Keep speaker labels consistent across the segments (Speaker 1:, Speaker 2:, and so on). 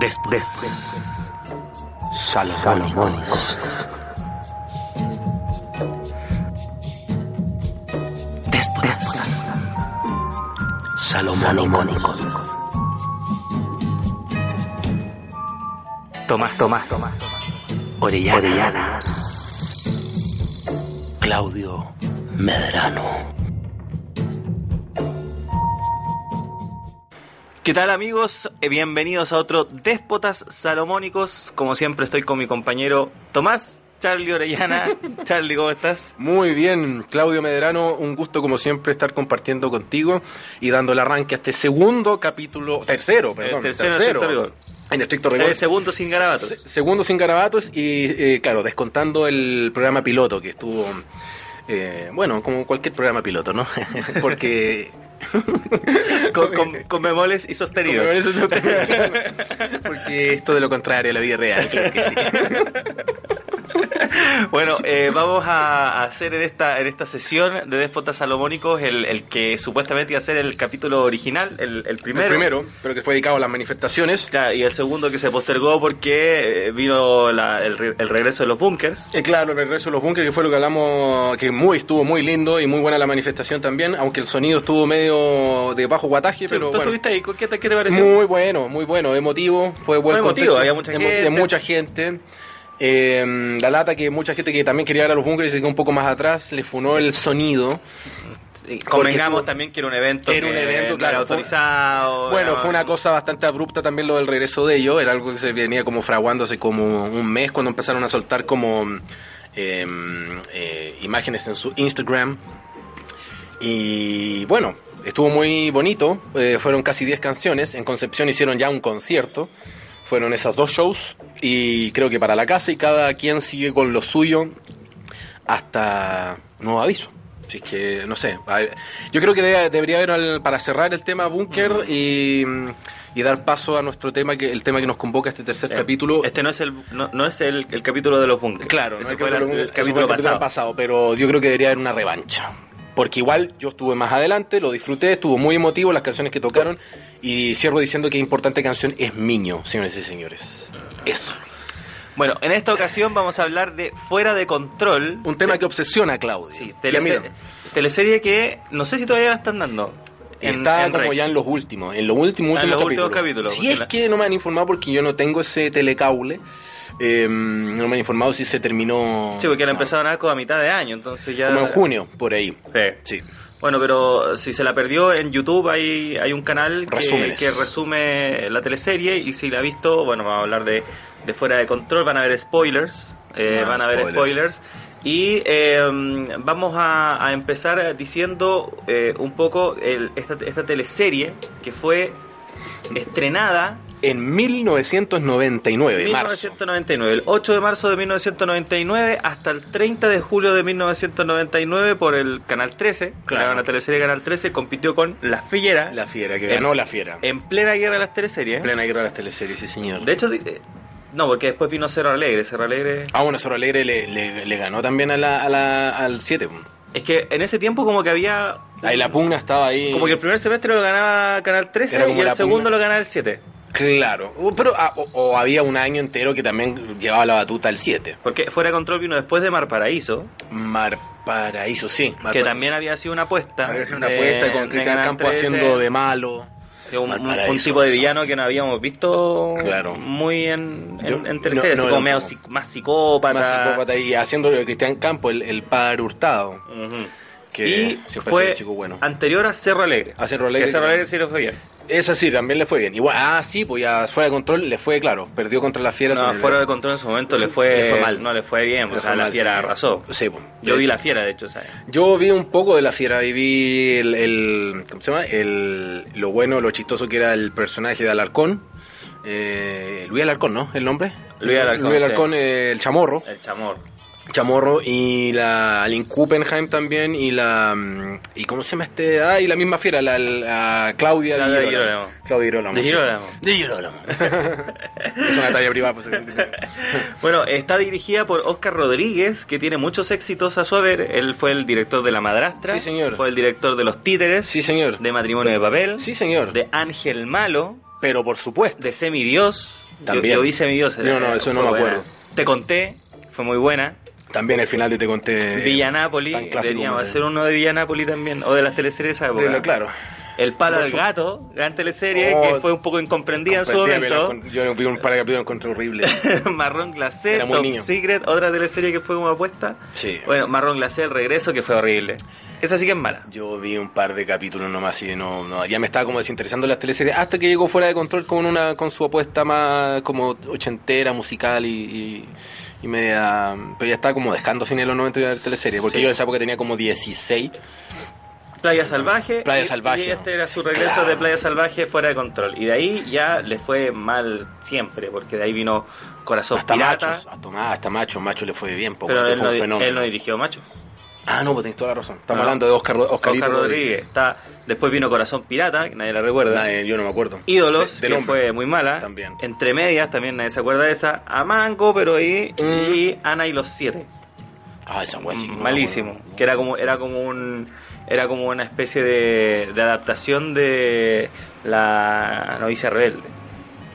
Speaker 1: Después, Salomónicos. Después, Salomónicos. Tomás, Tomás, Tomás. Orellana. Claudio Medrano.
Speaker 2: ¿Qué tal amigos? Eh, Bienvenidos a otro Déspotas Salomónicos. Como siempre estoy con mi compañero Tomás, Charlie Orellana. Charlie, ¿cómo estás?
Speaker 3: Muy bien, Claudio Medrano, un gusto como siempre estar compartiendo contigo y dando el arranque a este segundo capítulo, tercero, perdón,
Speaker 2: Eh, tercero en
Speaker 3: tercero,
Speaker 2: estricto rigor.
Speaker 3: en estricto rigor.
Speaker 2: Eh, segundo sin garabatos.
Speaker 3: Se- segundo sin garabatos y eh, claro, descontando el programa piloto que estuvo, eh, bueno, como cualquier programa piloto, ¿no? Porque
Speaker 2: Con, con- con bemoles y sostenido.
Speaker 3: Como eso no te- Porque esto de lo contrario a la vida real, claro que sí.
Speaker 2: Bueno, eh, vamos a hacer en esta, en esta sesión de Déspotas Salomónicos el, el que supuestamente iba a ser el capítulo original, el, el primero.
Speaker 3: El primero, pero que fue dedicado a las manifestaciones.
Speaker 2: Claro, y el segundo que se postergó porque eh, vino la- el, re- el regreso de los bunkers.
Speaker 3: Eh, claro, el regreso de los bunkers, que fue lo que hablamos, que muy estuvo muy lindo y muy buena la manifestación también, aunque el sonido estuvo medio de bajo guataje, pero
Speaker 2: ¿Tú
Speaker 3: bueno.
Speaker 2: estuviste ahí? ¿Qué te, qué te pareció?
Speaker 3: Muy bueno, muy bueno, emotivo, fue buen
Speaker 2: Fue emotivo,
Speaker 3: contexto.
Speaker 2: había mucha
Speaker 3: Emo- de
Speaker 2: gente.
Speaker 3: mucha gente. Eh, la lata que mucha gente que también quería ver a los bunkers y se quedó un poco más atrás, le funó el sonido.
Speaker 2: Y eh, Convengamos
Speaker 3: estuvo-
Speaker 2: también que era un evento.
Speaker 3: Era un
Speaker 2: que
Speaker 3: evento,
Speaker 2: no
Speaker 3: claro,
Speaker 2: era
Speaker 3: fue-
Speaker 2: autorizado.
Speaker 3: Bueno,
Speaker 2: era-
Speaker 3: fue una cosa bastante abrupta también lo del regreso de ellos. Era algo que se venía como fraguando hace como un mes cuando empezaron a soltar como eh, eh, imágenes en su Instagram. Y bueno, estuvo muy bonito. eh, fueron casi 10 canciones. En Concepción hicieron ya un concierto. Fueron esos dos shows. Y creo que para la casa y cada quien sigue con lo suyo hasta nuevo aviso. Así que, no sé. a- Yo creo que debe- debería haber, al- para cerrar el tema Búnker y, y dar paso a nuestro tema, que el tema que nos convoca este tercer
Speaker 2: Eh,
Speaker 3: capítulo.
Speaker 2: Este no es el, no, no es el, el capítulo de los bunkers.
Speaker 3: Claro,
Speaker 2: Ese
Speaker 3: no hay que
Speaker 2: fue el,
Speaker 3: hablar
Speaker 2: el
Speaker 3: un- eso fue
Speaker 2: capítulo pasado.
Speaker 3: Pero yo creo que debería haber una revancha. Porque igual yo estuve más adelante, lo disfruté, estuvo muy emotivo las canciones que tocaron. Y cierro diciendo que importante canción es Miño, señores y señores.
Speaker 2: Ah.
Speaker 3: Eso.
Speaker 2: Bueno, en esta ocasión vamos a hablar de Fuera de Control.
Speaker 3: Un tema que obsesiona a Claudio.
Speaker 2: Sí,
Speaker 3: Y a mí
Speaker 2: teleserie,
Speaker 3: también.
Speaker 2: teleserie que no sé si todavía la están dando.
Speaker 3: está como
Speaker 2: Rec.
Speaker 3: ya en los últimos, en los últimos,
Speaker 2: Ah, en los
Speaker 3: últimos
Speaker 2: últimos capítulos,
Speaker 3: Si
Speaker 2: porque
Speaker 3: es
Speaker 2: la-
Speaker 3: que no me han informado porque yo no tengo ese telecable, eh, no me han informado si se terminó.
Speaker 2: Sí, porque la
Speaker 3: no,
Speaker 2: empezaron a a mitad de año, entonces ya.
Speaker 3: Como en junio, por ahí.
Speaker 2: Sí.
Speaker 3: Sí.
Speaker 2: Bueno, pero si se la perdió en YouTube hay, hay un canal que,
Speaker 3: Resúmenes.
Speaker 2: que resume la teleserie y si la ha visto, bueno, vamos a hablar de, de fuera de control, van a haber spoilers, eh,
Speaker 3: Ah,
Speaker 2: van a haber
Speaker 3: spoilers.
Speaker 2: spoilers y eh, vamos a, a empezar diciendo eh, un poco el- esta, esta teleserie que fue estrenada
Speaker 3: En 1999,
Speaker 2: en
Speaker 3: marzo.
Speaker 2: 1999, el 8 de marzo de 1999 hasta el 30 de julio de 1999 por el Canal 13,
Speaker 3: Claro.
Speaker 2: claro. la teleserie Canal 13 compitió con La Fillera
Speaker 3: La fiera, que
Speaker 2: En-
Speaker 3: ganó la fiera.
Speaker 2: en plena guerra de las teleseries.
Speaker 3: En plena guerra de las teleseries, sí, señor.
Speaker 2: eh, De hecho, di- eh, no, porque después vino Cerro Alegre, Cerro Alegre...
Speaker 3: Ah, bueno, Soro Alegre le, le- le ganó también a la, a la- al 7.
Speaker 2: Es que en ese tiempo como que había...
Speaker 3: Ahí la pugna estaba ahí.
Speaker 2: Como que el primer semestre lo ganaba Canal 13
Speaker 3: Eh, Era como
Speaker 2: y el
Speaker 3: la
Speaker 2: segundo
Speaker 3: pugna.
Speaker 2: lo ganaba el 7.
Speaker 3: Claro. O- Pero, ah, o, o había un año entero que también llevaba la batuta al 7.
Speaker 2: Porque Fuera de Control vino después de Mar Paraíso,
Speaker 3: Mar Paraíso, sí. Mar
Speaker 2: que
Speaker 3: Paraíso.
Speaker 2: también había sido una apuesta.
Speaker 3: Había sido una
Speaker 2: de- eh,
Speaker 3: apuesta
Speaker 2: de
Speaker 3: con Cristian
Speaker 2: Canal
Speaker 3: Campo
Speaker 2: 13.
Speaker 3: haciendo de malo.
Speaker 2: Sí, un, un- un
Speaker 3: Valparaíso,
Speaker 2: tipo de
Speaker 3: eso.
Speaker 2: villano que no habíamos visto
Speaker 3: Claro.
Speaker 2: muy en, en,
Speaker 3: Yo-
Speaker 2: en tercera,
Speaker 3: no,
Speaker 2: así
Speaker 3: no,
Speaker 2: como
Speaker 3: no,
Speaker 2: medio
Speaker 3: no.
Speaker 2: psic- más psicópata.
Speaker 3: Más psicópata y haciendo de Cristian Campo el, el par hurtado.
Speaker 2: Ujú.
Speaker 3: Que
Speaker 2: y
Speaker 3: siempre ha sido
Speaker 2: fue
Speaker 3: un chico bueno.
Speaker 2: anterior a Cerro Alegre.
Speaker 3: A Cerro Alegre.
Speaker 2: Que Cerro Alegre sí lo fue bien.
Speaker 3: Esa sí, también le fue bien. Igual, ah, sí, pues ya fuera de control, le fue, claro, perdió contra las fieras.
Speaker 2: No,
Speaker 3: en el-
Speaker 2: fuera de control en su momento le fue,
Speaker 3: Le fue mal.
Speaker 2: No le fue bien,
Speaker 3: Le
Speaker 2: o sea,
Speaker 3: fue
Speaker 2: la
Speaker 3: mal,
Speaker 2: fiera
Speaker 3: sí.
Speaker 2: arrasó.
Speaker 3: Sí, pues.
Speaker 2: Yo
Speaker 3: De
Speaker 2: vi
Speaker 3: hecho.
Speaker 2: la fiera, de hecho, ¿sabes?
Speaker 3: Yo vi un poco de la fiera y vi el, el- ¿cómo se llama? El, lo bueno, lo chistoso que era el personaje de Alarcón. Eh, Luis Alarcón, ¿no? ¿El nombre?
Speaker 2: Luis Alarcón,
Speaker 3: Luis Alarcón,
Speaker 2: sí.
Speaker 3: eh, el chamorro.
Speaker 2: El chamor.
Speaker 3: Chamorro y la Lin Kuppenheim también y la mm, y cómo se llama este ah y la misma fiera la, la Claudia
Speaker 2: La
Speaker 3: Di
Speaker 2: de
Speaker 3: Girolamo.
Speaker 2: Girolamo.
Speaker 3: Claudia Girolamo,
Speaker 2: De
Speaker 3: sí.
Speaker 2: Girolamo.
Speaker 3: De Girolamo. es una talla privada pues,
Speaker 2: Bueno, está dirigida por Oscar Rodríguez, que tiene muchos éxitos a su haber. Él fue el director de La Madrastra.
Speaker 3: Sí, señor.
Speaker 2: Fue el director de Los Títeres.
Speaker 3: sí señor
Speaker 2: De Matrimonio de Papel.
Speaker 3: sí señor
Speaker 2: De Ángel Malo.
Speaker 3: pero por supuesto
Speaker 2: De Semidios.
Speaker 3: También.
Speaker 2: Yo, yo vi Semidios.
Speaker 3: No, no, eso no
Speaker 2: fue
Speaker 3: me
Speaker 2: buena.
Speaker 3: acuerdo.
Speaker 2: Te conté, fue muy buena.
Speaker 3: también el final de te conté
Speaker 2: Villanápolis,
Speaker 3: Eh, tan clásico
Speaker 2: deberíamos
Speaker 3: como-
Speaker 2: hacer uno de Villanápolis también, o de las teleseries de esa época.
Speaker 3: de lo- claro
Speaker 2: El palo
Speaker 3: Por
Speaker 2: al
Speaker 3: su-
Speaker 2: gato, gran teleserie
Speaker 3: Oh,
Speaker 2: que fue un poco incomprendida en su
Speaker 3: Comprendí, me lo
Speaker 2: momento.
Speaker 3: encont- yo vi un par de capítulos lo encontré horrible
Speaker 2: Marrón Glacé,
Speaker 3: Era muy
Speaker 2: Top
Speaker 3: niño.
Speaker 2: Secret, otra teleserie que fue una apuesta.
Speaker 3: sí
Speaker 2: Bueno, Marrón Glacé, El Regreso, que fue horrible. Esa sí que es mala.
Speaker 3: Yo vi un par de capítulos nomás y no, no, ya me estaba como desinteresando las teleseries hasta que llegó fuera de control con una con su apuesta más como ochentera, musical y, y, y media... Pero ya estaba como dejando a fines de los 90 de la teleserie, porque
Speaker 2: Sí.
Speaker 3: yo en esa época tenía como 16.
Speaker 2: Playa Salvaje.
Speaker 3: Playa
Speaker 2: y-
Speaker 3: Salvaje,
Speaker 2: Y este
Speaker 3: ¿no?
Speaker 2: era su regreso
Speaker 3: Claro.
Speaker 2: de Playa Salvaje fuera de control. Y de ahí ya le fue mal siempre, porque de ahí vino Corazón
Speaker 3: Hasta
Speaker 2: Pirata.
Speaker 3: machos, hasta, ma- hasta macho, macho le fue bien, porque
Speaker 2: Pero él no,
Speaker 3: fue un
Speaker 2: di- él
Speaker 3: fenómeno.
Speaker 2: no dirigió Macho.
Speaker 3: Ah, no, pues tenés toda la razón. Estamos
Speaker 2: No.
Speaker 3: hablando de Oscar, Ro- Oscarito
Speaker 2: Oscar Rodríguez. Está, después vino Corazón Pirata, que nadie la recuerda.
Speaker 3: Nadie- yo no me acuerdo.
Speaker 2: Ídolos,
Speaker 3: De- de
Speaker 2: que
Speaker 3: nombre.
Speaker 2: fue muy mala.
Speaker 3: También.
Speaker 2: Entre medias, también nadie se acuerda de esa. A Mango, pero ahí.
Speaker 3: Mm.
Speaker 2: Y Ana y los Siete.
Speaker 3: Ah, esa wea sí que no me
Speaker 2: Malísimo.
Speaker 3: acuerdo.
Speaker 2: Que era como, era como un. Era como una especie de, de adaptación de la novicia rebelde.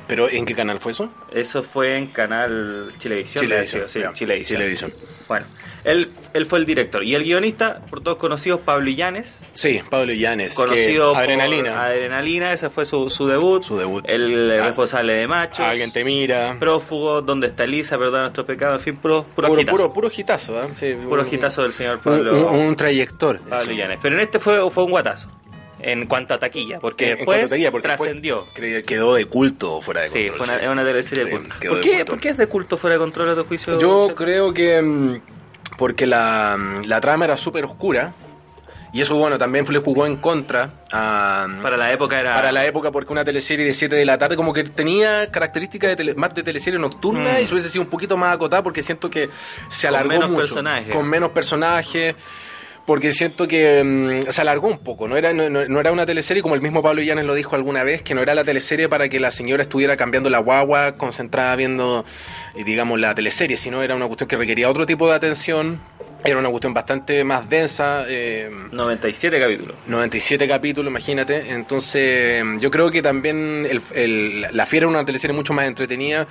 Speaker 3: ¿Pero en qué canal fue eso?
Speaker 2: Eso fue en canal Chilevisión.
Speaker 3: Chilevisión,
Speaker 2: creo, sí,
Speaker 3: ya.
Speaker 2: Chilevisión.
Speaker 3: Chilevisión.
Speaker 2: Bueno, él, él fue el director. Y el guionista, por todos conocidos, Pablo Illanes.
Speaker 3: Sí, Pablo Illanes.
Speaker 2: conocido
Speaker 3: que-
Speaker 2: por
Speaker 3: Adrenalina.
Speaker 2: Adrenalina, ese fue su, su debut.
Speaker 3: Su debut.
Speaker 2: El eh,
Speaker 3: Ah.
Speaker 2: responsable de Macho.
Speaker 3: Alguien te mira.
Speaker 2: Prófugo, donde está Elisa, perdona nuestro pecado, en fin, puro, puro,
Speaker 3: puro,
Speaker 2: agitazo.
Speaker 3: puro,
Speaker 2: Puro,
Speaker 3: puro hitazo, ¿eh? Sí, un-
Speaker 2: agitazo del señor
Speaker 3: Un,
Speaker 2: Pablo,
Speaker 3: un- un trayector.
Speaker 2: Pablo
Speaker 3: Eso.
Speaker 2: Illanes. Pero en este fue, fue un guatazo, en cuanto a taquilla, porque
Speaker 3: En- en
Speaker 2: después
Speaker 3: cuanto tenía, porque después
Speaker 2: trascendió.
Speaker 3: cre- Quedó de culto fuera de
Speaker 2: Sí,
Speaker 3: control.
Speaker 2: fue una, es una teleserie de
Speaker 3: Sí,
Speaker 2: culto.
Speaker 3: quedó
Speaker 2: ¿Por
Speaker 3: de
Speaker 2: qué,
Speaker 3: culto.
Speaker 2: ¿Por qué es de culto fuera de control a tu juicio?
Speaker 3: Yo
Speaker 2: Sergio?
Speaker 3: creo que mm, porque la, la trama era súper oscura y eso, bueno, también le jugó en contra a,
Speaker 2: Para la época era...
Speaker 3: para la época porque una teleserie de 7 de la tarde como que tenía características de tele- más de teleserie nocturna
Speaker 2: Mm.
Speaker 3: y se hubiese sido un poquito más acotada porque siento que se
Speaker 2: Con
Speaker 3: alargó
Speaker 2: menos
Speaker 3: mucho
Speaker 2: personajes.
Speaker 3: con menos personajes porque siento que mm, se alargó un poco, no era no, no- no era una teleserie como el mismo Pablo Illanes lo dijo alguna vez, que no era la teleserie para que la señora estuviera cambiando la guagua, concentrada viendo eh, digamos la teleserie, sino era una cuestión que requería otro tipo de atención, era una cuestión bastante más densa eh,
Speaker 2: 97 capítulos.
Speaker 3: 97 capítulos, imagínate. Entonces, yo creo que también el, el- La Fiera era una teleserie mucho más entretenida,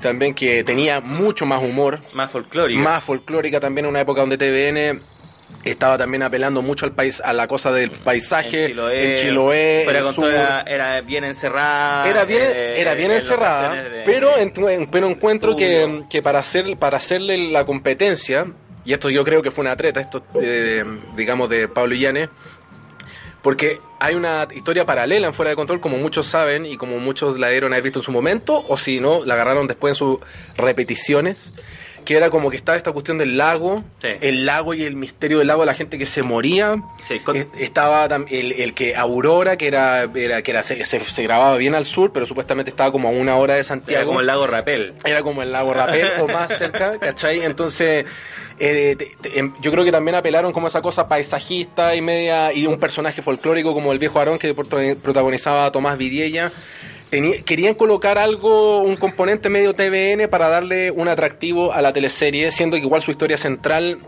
Speaker 3: también que tenía mucho más humor,
Speaker 2: Más folclórico.
Speaker 3: más folclórica también en una época donde TVN estaba también apelando mucho al país, a la cosa del paisaje
Speaker 2: en Chiloé,
Speaker 3: en Chiloé,
Speaker 2: fuera de
Speaker 3: en
Speaker 2: control
Speaker 3: sur.
Speaker 2: era, era bien encerrada
Speaker 3: Era bien,
Speaker 2: eh,
Speaker 3: era bien
Speaker 2: en
Speaker 3: encerrada,
Speaker 2: locaciones de-
Speaker 3: pero, en- en- pero encuentro que,
Speaker 2: estudio.
Speaker 3: que para, hacer, para hacerle la competencia, y esto yo creo que fue una treta, esto eh, digamos de Pablo Illanes, porque hay una historia paralela en Fuera de Control, como muchos saben y como muchos la dieron a haber visto en su momento, o si no, la agarraron después en sus repeticiones, que era como que estaba esta cuestión del lago,
Speaker 2: Sí.
Speaker 3: el lago y el misterio del lago, la gente que se moría.
Speaker 2: Sí, con-
Speaker 3: Eh, estaba tam- el, el que Aurora, que era, era que era, se, se- se grababa bien al sur, pero supuestamente estaba como a una hora de Santiago.
Speaker 2: era como el lago Rapel
Speaker 3: Era como el lago Rapel o más cerca, ¿cachai? Entonces, eh, te- te- em, yo creo que también apelaron como esa cosa paisajista y media, y un personaje folclórico como el viejo Aarón que porto- protagonizaba a Tomás Vidiella. Teni- querían colocar algo, un componente medio TVN para darle un atractivo a la teleserie, siendo que igual su historia central,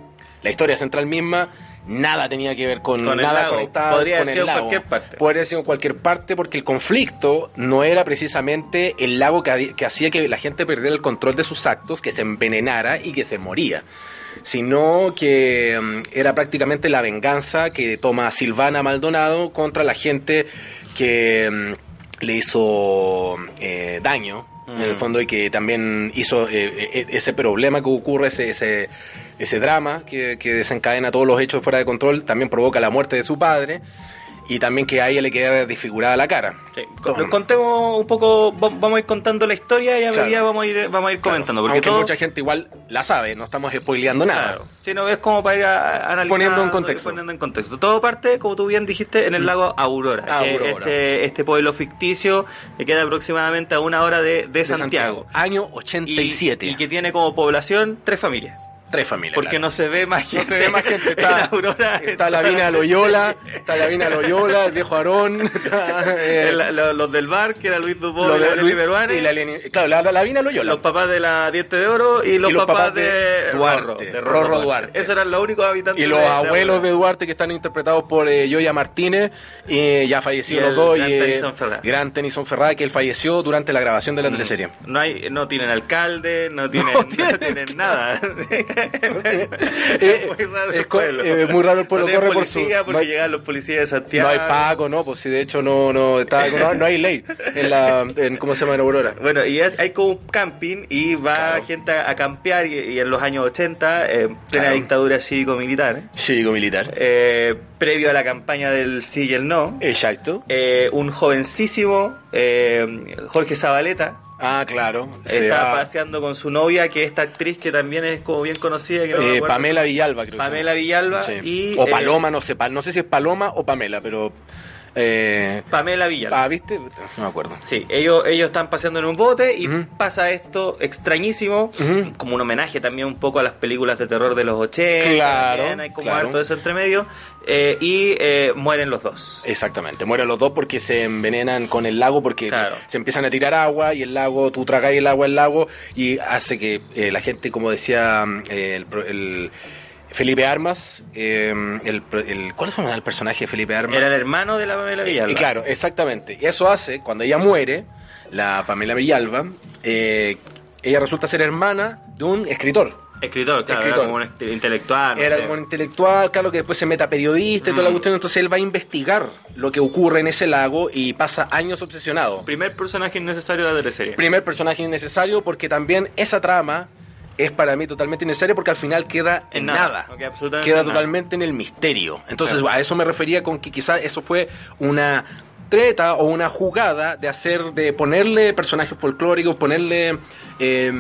Speaker 3: la historia central misma, nada tenía que ver con,
Speaker 2: Con el
Speaker 3: nada
Speaker 2: lago.
Speaker 3: conectado
Speaker 2: Podría haber
Speaker 3: con el
Speaker 2: sido en
Speaker 3: lago.
Speaker 2: cualquier parte.
Speaker 3: Podría haber sido en cualquier parte porque el conflicto no era precisamente el lago que, ha- que hacía que la gente perdiera el control de sus actos, que se envenenara y que se moría, sino que mm, era prácticamente la venganza que toma Silvana Maldonado contra la gente que mm, le hizo eh, daño. En el
Speaker 2: Mm.
Speaker 3: fondo, y que también hizo eh, eh, ese problema que ocurre, ese, ese, ese drama que, que desencadena todos los hechos fuera de control, también provoca la muerte de su padre. y también que a ella le queda desfigurada la cara.
Speaker 2: Sí.
Speaker 3: Toma.
Speaker 2: Contemos un poco, va- vamos a ir contando la historia y a
Speaker 3: Claro.
Speaker 2: medida vamos a ir, vamos a ir comentando. Porque
Speaker 3: Aunque
Speaker 2: todo,
Speaker 3: mucha gente igual la sabe, no estamos spoileando nada.
Speaker 2: Claro. Sí, no, es como para ir a- a- analizando
Speaker 3: Poniendo en contexto.
Speaker 2: y poniendo en contexto. Todo parte, como tú bien dijiste, en el lago Aurora.
Speaker 3: Ah,
Speaker 2: que es
Speaker 3: Aurora.
Speaker 2: Este, este pueblo ficticio que queda aproximadamente a una hora de, de
Speaker 3: De
Speaker 2: Santiago.
Speaker 3: Año
Speaker 2: Y-
Speaker 3: 87.
Speaker 2: Y, que tiene como población tres familias.
Speaker 3: Tres familias.
Speaker 2: Porque
Speaker 3: claro.
Speaker 2: no se ve más
Speaker 3: No
Speaker 2: gente.
Speaker 3: se ve más gente.
Speaker 2: en
Speaker 3: Está,
Speaker 2: Aurora.
Speaker 3: está la Vina Loyola, está la Vina Loyola, el viejo Aarón, está, eh,
Speaker 2: La- la- los del bar, que era Luis Dubón
Speaker 3: lo
Speaker 2: y
Speaker 3: de
Speaker 2: la Lili
Speaker 3: Luis-
Speaker 2: Beruani,
Speaker 3: y la Leni- Claro, la, la Vina Loyola.
Speaker 2: los papás de la Diente de Oro y los,
Speaker 3: Y los
Speaker 2: papás,
Speaker 3: papás
Speaker 2: de,
Speaker 3: de Duarte,
Speaker 2: Rorro, de
Speaker 3: Rorro Duarte.
Speaker 2: Esos eran los únicos habitantes
Speaker 3: Y los
Speaker 2: de- de
Speaker 3: abuelos
Speaker 2: Aurora.
Speaker 3: de Duarte que están interpretados por eh, Yoya Martínez, y ya
Speaker 2: Y
Speaker 3: fallecidos
Speaker 2: el
Speaker 3: los dos,
Speaker 2: gran
Speaker 3: y eh,
Speaker 2: Tennyson Mm. Ferrara.
Speaker 3: Gran Tennyson Ferrara, que él falleció durante la grabación de la teleserie.
Speaker 2: No hay, no tienen alcalde, no tienen, no tienen, nada.
Speaker 3: Eh,
Speaker 2: es muy raro el
Speaker 3: es co-
Speaker 2: pueblo.
Speaker 3: eh, muy raro el pueblo,
Speaker 2: No tienen
Speaker 3: corre por su-
Speaker 2: policía porque
Speaker 3: no hay-
Speaker 2: llegan los policías de
Speaker 3: No
Speaker 2: Santiago.
Speaker 3: hay pago, no, pues si de hecho no no, está, no, no hay ley en la en, ¿cómo se llama en Aurora?
Speaker 2: Bueno, y es- hay como un camping y va
Speaker 3: Claro.
Speaker 2: gente a, a campear y, y en los años 80, eh, en plena
Speaker 3: Claro.
Speaker 2: dictadura cívico-militar,
Speaker 3: Cívico militar.
Speaker 2: eh, previo a la campaña del sí y el no,
Speaker 3: Exacto.
Speaker 2: eh, un jovencísimo eh, Jorge Zabaleta
Speaker 3: Ah, claro. Se
Speaker 2: está
Speaker 3: va-
Speaker 2: paseando con su novia, que es esta actriz que también es como bien conocida. Que no me
Speaker 3: eh,
Speaker 2: acuerdo.
Speaker 3: Pamela Villalba, creo. que se
Speaker 2: Pamela
Speaker 3: llama.
Speaker 2: Villalba
Speaker 3: Sí.
Speaker 2: y...
Speaker 3: o
Speaker 2: eh,
Speaker 3: Paloma, no sé, pa- no sé si es Paloma o Pamela, pero eh,
Speaker 2: Pamela Villalba.
Speaker 3: ah, ¿viste? No me acuerdo.
Speaker 2: Sí, ellos, ellos están paseando en un bote y
Speaker 3: Ujú.
Speaker 2: pasa esto extrañísimo,
Speaker 3: Ujú.
Speaker 2: como un homenaje también un poco a las películas de terror de los 80.
Speaker 3: Claro,
Speaker 2: también hay como
Speaker 3: claro.
Speaker 2: harto de eso entre medio. eh, y eh, mueren los dos.
Speaker 3: Exactamente, mueren los dos porque se envenenan con el lago porque
Speaker 2: Claro.
Speaker 3: se empiezan a tirar agua y el lago, tú tragáis el agua al lago y hace que eh, la gente, como decía mm, eh, el, pro- el Felipe Armas, eh, el, pro- el- ¿cuál es el personaje de Felipe Armas?
Speaker 2: Era el hermano de la Pamela Villalba.
Speaker 3: Eh, Y claro, exactamente. Y eso hace, cuando ella muere, la Pamela Villalba, eh, ella resulta ser hermana de un escritor.
Speaker 2: Escritor, claro,
Speaker 3: Escritor.
Speaker 2: era como un est- intelectual. Ah, no
Speaker 3: Era
Speaker 2: sé.
Speaker 3: como un intelectual, claro, que después se meta periodista y toda la
Speaker 2: Mm.
Speaker 3: cuestión. Entonces él va a investigar lo que ocurre en ese lago y pasa años obsesionado.
Speaker 2: Primer personaje innecesario de la teleserie.
Speaker 3: Primer personaje innecesario porque también esa trama es para mí totalmente innecesaria porque al final queda en
Speaker 2: En
Speaker 3: nada.
Speaker 2: nada. Ok, absolutamente
Speaker 3: queda
Speaker 2: en nada.
Speaker 3: totalmente en el misterio. Entonces
Speaker 2: Claro.
Speaker 3: a eso me refería con que quizás eso fue una treta o una jugada de hacer, de ponerle personajes folclóricos, ponerle... eh,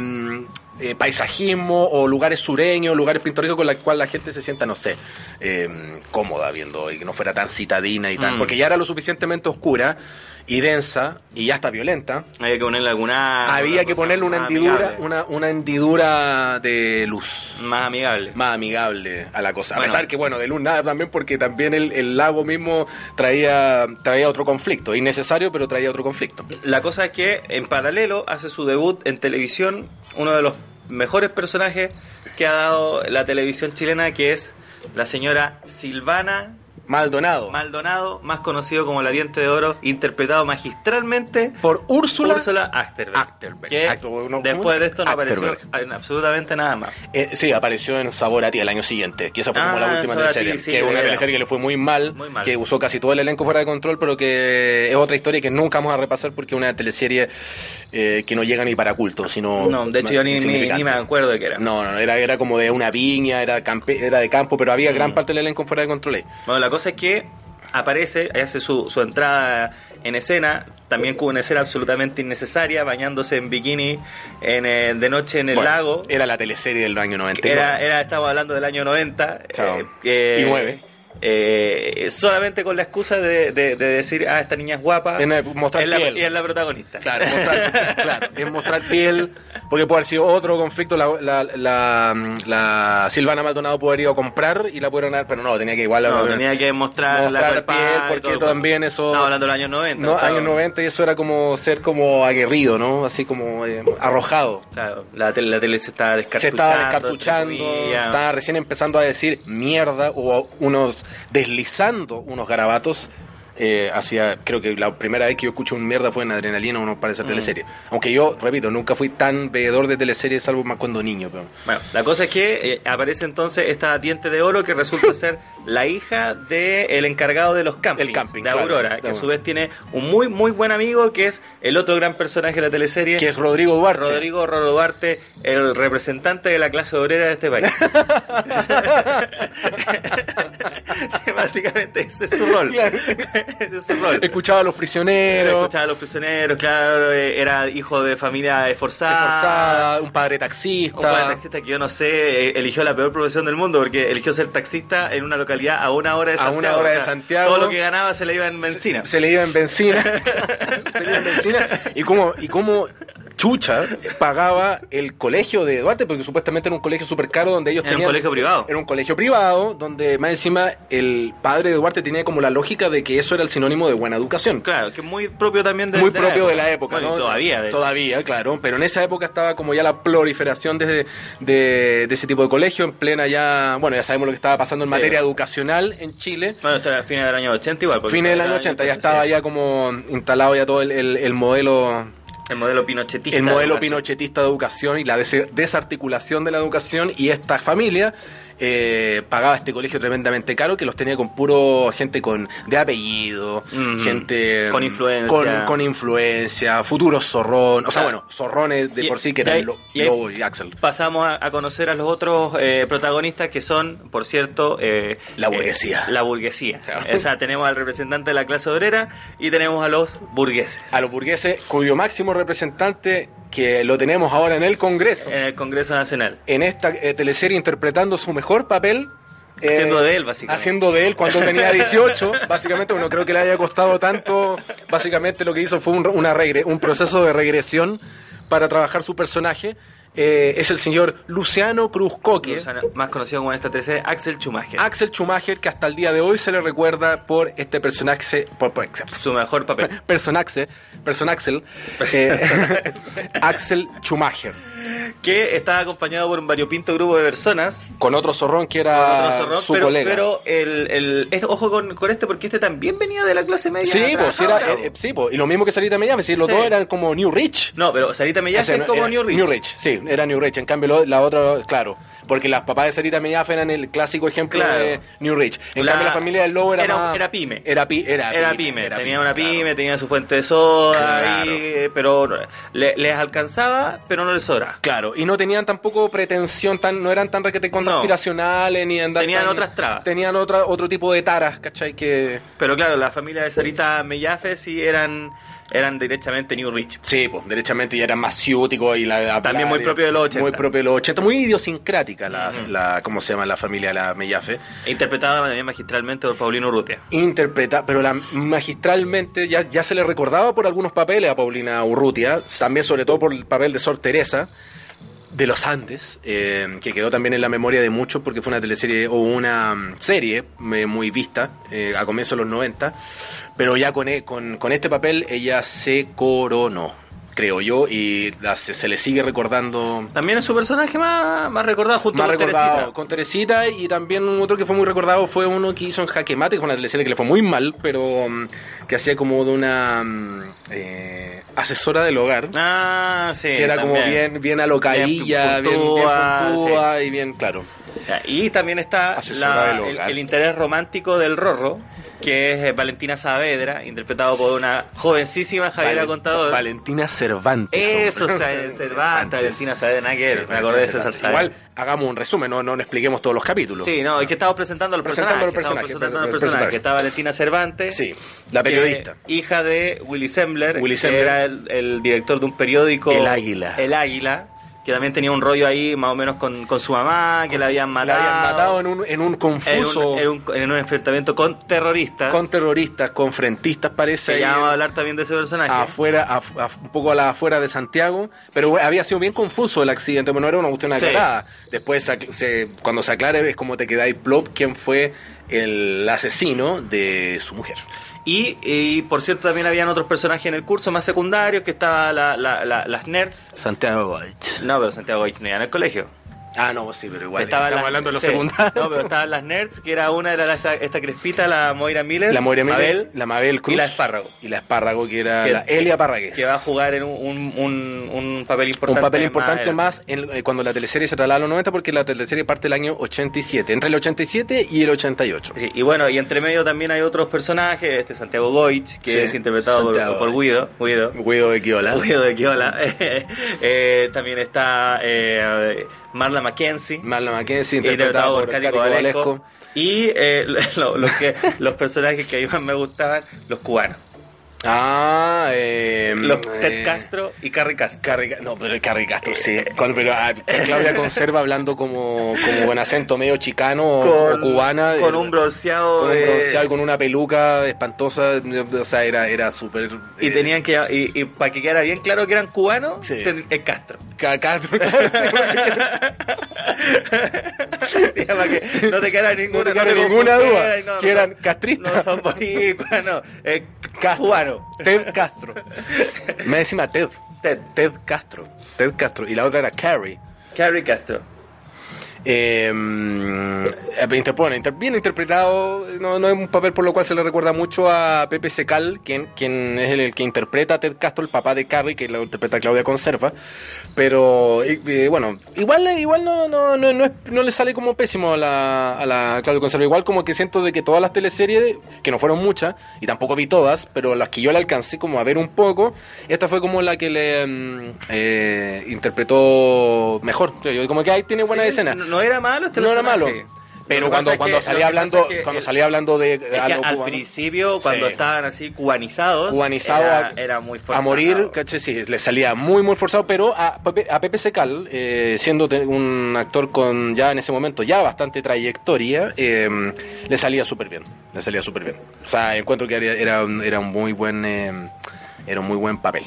Speaker 3: eh, paisajismo o lugares sureños, lugares pintorescos con la cual la gente se sienta, no sé, eh, cómoda viendo y que no fuera tan citadina y tal,
Speaker 2: Mm.
Speaker 3: porque ya era lo suficientemente oscura y densa y ya está violenta,
Speaker 2: Había que ponerle alguna...
Speaker 3: había
Speaker 2: alguna
Speaker 3: que
Speaker 2: Ah, cosa
Speaker 3: ponerle una
Speaker 2: más
Speaker 3: hendidura,
Speaker 2: amigable.
Speaker 3: una, una hendidura de luz
Speaker 2: Más amigable.
Speaker 3: más amigable a la cosa. A
Speaker 2: Bueno.
Speaker 3: pesar que, bueno, de luz nada también, porque también el, el lago mismo traía, traía otro conflicto. Innecesario, pero traía otro conflicto.
Speaker 2: La cosa es que en paralelo hace su debut en televisión uno de los mejores personajes que ha dado la televisión chilena, que es la señora Silvana
Speaker 3: Maldonado.
Speaker 2: Maldonado, más conocido como La Diente de Oro, interpretado magistralmente
Speaker 3: por Úrsula.
Speaker 2: por Úrsula Achterberg.
Speaker 3: Achterberg.
Speaker 2: Que
Speaker 3: Acto- no, ¿cómo?
Speaker 2: después de esto no apareció
Speaker 3: Achterberg.
Speaker 2: en absolutamente nada más.
Speaker 3: Ah, Eh, sí, apareció en Sabor a ti el año siguiente, que esa fue como
Speaker 2: Ah,
Speaker 3: la última
Speaker 2: Sabor a ti,
Speaker 3: teleserie,
Speaker 2: sí,
Speaker 3: que es una
Speaker 2: verdad.
Speaker 3: teleserie que le fue muy mal,
Speaker 2: Muy mal.
Speaker 3: que usó casi todo el elenco fuera de control, pero que es otra historia que nunca vamos a repasar porque es una teleserie eh, que no llega ni para culto, sino...
Speaker 2: No, de hecho yo ni, ni-
Speaker 3: Oh, insignificante.
Speaker 2: ni me acuerdo de qué era.
Speaker 3: No, no, no, era, era como de una viña, era, campe- era de campo, pero había
Speaker 2: Mm.
Speaker 3: gran parte del elenco fuera de control. ahí.
Speaker 2: Bueno, la cosa es que aparece, hace su, su entrada en escena, también con una escena absolutamente innecesaria, bañándose en bikini en, eh, de noche en el
Speaker 3: Bueno, eh,
Speaker 2: lago.
Speaker 3: Era la teleserie del año 90.
Speaker 2: Era, era, estamos hablando del año 90.
Speaker 3: Chao.
Speaker 2: que,
Speaker 3: Y nueve.
Speaker 2: eh, solamente con la excusa de, de- de decir, ah, esta niña es guapa.
Speaker 3: En, eh, mostrar
Speaker 2: es la,
Speaker 3: piel.
Speaker 2: y es la protagonista.
Speaker 3: Claro, mostrar, claro, es mostrar piel, porque puede haber sido otro conflicto, la, la, la, la Silvana Maldonado pudo haber ido a comprar y la pudieron dar, pero no, tenía que igual...
Speaker 2: No,
Speaker 3: haber-
Speaker 2: tenía que mostrar,
Speaker 3: Mostrar
Speaker 2: cuerpa y
Speaker 3: piel, porque
Speaker 2: todo el cuerpo.
Speaker 3: también eso-
Speaker 2: Estamos hablando del año 90.
Speaker 3: No,
Speaker 2: o sea,
Speaker 3: años 90 y eso era como ser como aguerrido, ¿no? Así como eh, arrojado.
Speaker 2: Claro, la tele, la tele se estaba descartuchando.
Speaker 3: Se estaba descartuchando,
Speaker 2: entre comillas.
Speaker 3: estaba recién empezando a decir mierda o unos deslizando unos garabatos eh, hacía, creo que la primera vez que yo escuché un mierda fue en Adrenalina, uno para
Speaker 2: Mm.
Speaker 3: esa teleserie. Aunque yo, repito, nunca fui tan veedor de teleseries, salvo más cuando niño. Pero...
Speaker 2: Bueno, la cosa es que eh, aparece entonces esta diente de oro que resulta ser la hija del el encargado de los campings,
Speaker 3: El camping,
Speaker 2: de
Speaker 3: claro,
Speaker 2: Aurora,
Speaker 3: está
Speaker 2: que a su
Speaker 3: bueno.
Speaker 2: vez tiene un muy, muy buen amigo que es el otro gran personaje de la teleserie.
Speaker 3: Que es Rodrigo Duarte.
Speaker 2: Rodrigo Roro Duarte, el representante de la clase obrera de este país. Básicamente ese es su rol.
Speaker 3: Claro.
Speaker 2: ese es su rol.
Speaker 3: Escuchaba a los prisioneros,
Speaker 2: Escuchaba a los prisioneros, claro, eh, era hijo de familia
Speaker 3: Esforzada, un padre
Speaker 2: un
Speaker 3: taxista.
Speaker 2: padre taxista que yo no sé, eh, eligió la peor profesión del mundo porque eligió ser taxista en una localidad a una hora de
Speaker 3: A
Speaker 2: Santiago.
Speaker 3: una hora de Santiago.
Speaker 2: Todo lo que ganaba se le iba en benzina.
Speaker 3: Se le iba en benzina. se le iba en benzina. Y como, y como Chucha pagaba el colegio de Duarte, porque supuestamente era un colegio súper caro donde ellos
Speaker 2: Era un
Speaker 3: tenían.
Speaker 2: colegio privado.
Speaker 3: Era un colegio privado, donde más encima el padre de Duarte tenía como la lógica de que eso era el sinónimo de buena educación.
Speaker 2: Claro, que es muy propio también de
Speaker 3: Muy propio de la época,
Speaker 2: Bueno, y
Speaker 3: ¿no?
Speaker 2: Todavía. de hecho.
Speaker 3: Todavía, claro. Pero en esa época estaba como ya la proliferación de, de, de ese tipo de colegio, en plena ya. Bueno, ya sabemos lo que estaba pasando en
Speaker 2: Sí.
Speaker 3: materia educacional en Chile.
Speaker 2: Bueno, hasta a fines del año 80 igual. porque
Speaker 3: Fines del año
Speaker 2: era
Speaker 3: 80, ya
Speaker 2: sí,
Speaker 3: estaba ya como instalado ya todo el, el- el modelo
Speaker 2: El modelo pinochetista.
Speaker 3: el modelo
Speaker 2: además.
Speaker 3: pinochetista de educación y la des- desarticulación de la educación y esta familia eh, pagaba este colegio tremendamente caro que los tenía con puro gente con de apellido,
Speaker 2: Mm.
Speaker 3: gente
Speaker 2: Con
Speaker 3: mm,
Speaker 2: influencia.
Speaker 3: con, con influencia, futuros zorrón, o sea,
Speaker 2: Claro.
Speaker 3: bueno, zorrones de
Speaker 2: Y-
Speaker 3: por sí que
Speaker 2: y ahí-
Speaker 3: eran Lo-
Speaker 2: y ahí-
Speaker 3: Lobo y Axel.
Speaker 2: Pasamos a, a conocer a los otros eh, protagonistas que son, por cierto, eh,
Speaker 3: La
Speaker 2: eh,
Speaker 3: burguesía.
Speaker 2: la burguesía.
Speaker 3: O sea.
Speaker 2: O sea, tenemos al representante de la clase obrera y tenemos a los burgueses.
Speaker 3: A los burgueses, cuyo máximo representante que lo tenemos ahora en el Congreso,
Speaker 2: En el Congreso Nacional.
Speaker 3: en esta eh, teleserie interpretando su mejor papel. eh,
Speaker 2: Haciendo de él, básicamente.
Speaker 3: Haciendo de él cuando tenía 18, básicamente, bueno, creo que le haya costado tanto, básicamente lo que hizo fue un, una regre- un proceso de regresión para trabajar su personaje. Eh, es el señor Luciano Cruz Coque,
Speaker 2: Luciano, más conocido como en esta tercera, Axel Schumacher.
Speaker 3: Axel Schumacher, que hasta el día de hoy se le recuerda por este personaje, por, por,
Speaker 2: Su mejor papel.
Speaker 3: personaje, personaxel, eh, Axel Schumacher.
Speaker 2: Que estaba acompañado por un variopinto grupo de personas.
Speaker 3: Con otro zorrón que
Speaker 2: con
Speaker 3: era
Speaker 2: otro zorrón,
Speaker 3: Ah, su
Speaker 2: pero,
Speaker 3: colega.
Speaker 2: pero el, el- es- ojo con, con este porque este también venía de la clase media.
Speaker 3: Sí, pues, sí, era,
Speaker 2: trabajadora,
Speaker 3: eh, eh,
Speaker 2: po.
Speaker 3: sí, pues, y lo mismo que Sarita Mellame, sí, los
Speaker 2: Sí.
Speaker 3: dos eran como New Rich.
Speaker 2: No, pero Sarita Mellaza
Speaker 3: Ese
Speaker 2: es
Speaker 3: no,
Speaker 2: como
Speaker 3: era
Speaker 2: New Rich.
Speaker 3: New Rich, sí, era New Rich. En cambio, lo- la otra, claro, porque las papás de Sarita Mellafe eran el clásico ejemplo
Speaker 2: Claro.
Speaker 3: de New Rich. En
Speaker 2: La-
Speaker 3: cambio, la familia del Lobo era,
Speaker 2: era-
Speaker 3: más-
Speaker 2: era pyme.
Speaker 3: Era, pi- era,
Speaker 2: Era pyme,
Speaker 3: era
Speaker 2: tenía una pyme,
Speaker 3: claro.
Speaker 2: tenía su fuente de soda,
Speaker 3: Claro.
Speaker 2: y, eh, pero no- le- les alcanzaba, pero no les sobraba.
Speaker 3: Claro, y no tenían tampoco pretensión, tan, no eran tan requete
Speaker 2: No.
Speaker 3: conspiracionales ni andaban.
Speaker 2: Tenían otras trabas.
Speaker 3: Tenían otra, otro tipo de taras, ¿cachai? Que...
Speaker 2: Pero claro, la familia de Sarita Mellafe sí eran, eran directamente New Rich.
Speaker 3: Sí, pues, derechamente ya era más ciútico y la, la-
Speaker 2: También muy
Speaker 3: la-
Speaker 2: propio de los 80.
Speaker 3: Muy propio de los 80, muy idiosincrática la,
Speaker 2: Ujú.
Speaker 3: la ¿cómo se llama? La familia la Mellafe.
Speaker 2: Interpretada también magistralmente por Paulino Urrutia.
Speaker 3: Interpreta, pero la magistralmente ya, ya se le recordaba por algunos papeles a Paulina Urrutia, también sobre todo por el papel de Sor Teresa de los Andes, eh, que quedó también en la memoria de muchos porque fue una teleserie o una mm, serie eh, muy vista eh, a comienzos de los 90, pero ya con, e- con, con este papel ella se coronó, creo yo, y la- se, se le sigue recordando
Speaker 2: También es su personaje más, más recordado junto
Speaker 3: más
Speaker 2: con
Speaker 3: recordado
Speaker 2: Teresita.
Speaker 3: con Teresita y también otro que fue muy recordado fue uno que hizo en Jaque Mate, que fue una teleserie que le fue muy mal, pero mm, que hacía como de una mm, eh, asesora del hogar.
Speaker 2: Ah, sí.
Speaker 3: que era como
Speaker 2: también.
Speaker 3: bien, bien alocadilla,
Speaker 2: Bien
Speaker 3: bien, bien
Speaker 2: puntúa,
Speaker 3: puntúa y bien, claro.
Speaker 2: Ya, Y también está
Speaker 3: Asesora
Speaker 2: la-
Speaker 3: del
Speaker 2: el,
Speaker 3: hogar.
Speaker 2: el interés romántico del Rorro, que es eh, Valentina Saavedra, interpretado por una jovencísima Javiera
Speaker 3: Valen-
Speaker 2: Contador.
Speaker 3: Valentina Cervantes.
Speaker 2: Eso,
Speaker 3: hombre.
Speaker 2: o sea, es Cervantes, Valentina Saavedra, nada que ver, me acordé de César
Speaker 3: Cervantes.
Speaker 2: Saavedra.
Speaker 3: Igual, hagamos un resumen, no, no expliquemos todos los capítulos.
Speaker 2: Sí, no, es que estamos presentando al personaje.
Speaker 3: Presentando al
Speaker 2: Estamos
Speaker 3: personaje,
Speaker 2: presentando al
Speaker 3: pre-
Speaker 2: personaje.
Speaker 3: personaje.
Speaker 2: Está Valentina Cervantes.
Speaker 3: Sí, la periodista.
Speaker 2: que- hija de Willy Sembler,
Speaker 3: Willy
Speaker 2: que
Speaker 3: Sembler.
Speaker 2: era el, el director de un periódico.
Speaker 3: El Águila.
Speaker 2: El Águila, que también tenía un rollo ahí más o menos con, con su mamá, que la habían
Speaker 3: La
Speaker 2: matado.
Speaker 3: habían matado en un, en un
Speaker 2: en
Speaker 3: confuso.
Speaker 2: un, en un- en un enfrentamiento con terroristas.
Speaker 3: con terroristas, con frentistas, parece.
Speaker 2: que
Speaker 3: ahí
Speaker 2: ya vamos a
Speaker 3: en-
Speaker 2: hablar también de ese personaje.
Speaker 3: afuera, af- af- un poco a la afuera de Santiago, pero bueno, había sido bien confuso el accidente, bueno, no era una cuestión
Speaker 2: Sí.
Speaker 3: aclarada. Después, sac- se- cuando se aclara, es como te quedáis plop quién fue el asesino de su mujer.
Speaker 2: Y, y, por cierto, también habían otros personajes en el curso más secundarios, que estaba la, la- la- las nerds.
Speaker 3: Santiago Goich.
Speaker 2: No, pero Santiago Goich no iba en el colegio.
Speaker 3: Ah, no, sí, pero igual.
Speaker 2: Estaban
Speaker 3: estamos
Speaker 2: las-
Speaker 3: hablando de los
Speaker 2: sí.
Speaker 3: secundarios.
Speaker 2: No, pero estaban las nerds, que era una, era la- esta, esta crespita, la Moira Miller.
Speaker 3: La Moira Miller,
Speaker 2: Mabel,
Speaker 3: la Mabel Cruz
Speaker 2: y la Espárrago.
Speaker 3: y la Espárrago, que era
Speaker 2: Que-
Speaker 3: la Elia Parragués.
Speaker 2: que va a jugar en un, un- un- un papel
Speaker 3: un
Speaker 2: importante.
Speaker 3: papel importante
Speaker 2: adelante.
Speaker 3: más en- eh, cuando la teleserie se traslada a los 90 porque la teleserie parte del año 87, entre el 87 y el 88.
Speaker 2: Sí, y bueno, y entre medio también hay otros personajes, este Santiago Goich, que
Speaker 3: Sí,
Speaker 2: es interpretado por-
Speaker 3: Santiago
Speaker 2: por, Guido, Guido,
Speaker 3: Guido de Quiola.
Speaker 2: Guido de Quiola. Eh, también está eh, Marla McKenzie,
Speaker 3: Marla Mackenzie,
Speaker 2: interpretado
Speaker 3: interpretado
Speaker 2: por Cari Cobalesco. Y eh, lo- lo que, los personajes que a mí más me gustaban, los cubanos.
Speaker 3: Ah, eh,
Speaker 2: Los
Speaker 3: eh,
Speaker 2: Ted Castro y Carrie Castro.
Speaker 3: Carri- no, pero el Carri Castro, sí. Cuando- pero ah, Claudia Conserva hablando como, como con acento medio chicano o cubana.
Speaker 2: con
Speaker 3: eh,
Speaker 2: un bronceado,
Speaker 3: con un
Speaker 2: de-
Speaker 3: bronceado y con una peluca espantosa. O sea, era, era súper.
Speaker 2: y
Speaker 3: eh,
Speaker 2: tenían que y, y para que quedara bien claro que eran cubanos
Speaker 3: Sí.
Speaker 2: ten- es Castro
Speaker 3: ca- Castro.
Speaker 2: Sí, para que no te quedara ninguna,
Speaker 3: No te quedara
Speaker 2: te
Speaker 3: ninguna
Speaker 2: confundieras,
Speaker 3: duda que eran castristas.
Speaker 2: no son boricuas no es
Speaker 3: Castro.
Speaker 2: cubano
Speaker 3: Ted Castro. Me encima Ted. Ted. Ted Castro. Ted Castro. Y la otra era Carrie.
Speaker 2: Carrie Castro
Speaker 3: Eh, mm, inter- bueno, inter- bien interpretado, no, no es un papel por lo cual se le recuerda mucho a Pepe Secal, quien, quien es el, el que interpreta a Ted Castro, el papá de Carrie, que lo interpreta Claudia Conserva. Pero eh, eh, bueno, igual, igual no, no, no, no, es- no le sale como pésimo a la, a la Claudia Conserva. Igual como que siento de que todas las teleseries, que no fueron muchas, y tampoco vi todas, pero las que yo le alcancé como a ver un poco, esta fue como la que le mm, eh, interpretó mejor. creo yo. Como que ahí tiene buena
Speaker 2: Sí,
Speaker 3: escena.
Speaker 2: no, no era malo este
Speaker 3: No era malo.
Speaker 2: personaje. Lo
Speaker 3: Pero
Speaker 2: que
Speaker 3: cuando,
Speaker 2: pasa es
Speaker 3: cuando
Speaker 2: que- lo
Speaker 3: salía
Speaker 2: que
Speaker 3: hablando,
Speaker 2: pasa es que
Speaker 3: cuando
Speaker 2: el-
Speaker 3: salía hablando de
Speaker 2: es que
Speaker 3: a lo
Speaker 2: al
Speaker 3: cubano,
Speaker 2: principio cuando
Speaker 3: Sí.
Speaker 2: estaban así cubanizados
Speaker 3: cubanizado
Speaker 2: era,
Speaker 3: a,
Speaker 2: era muy
Speaker 3: a
Speaker 2: forzado
Speaker 3: morir, caché, sí, le salía muy muy forzado, pero a Pepe, a Pepe Secal, eh, siendo te- un actor con ya en ese momento ya bastante trayectoria, eh, le salía súper bien, le salía súper bien. O sea, encuentro que era, era, un- era un muy buen eh, era un muy buen papel.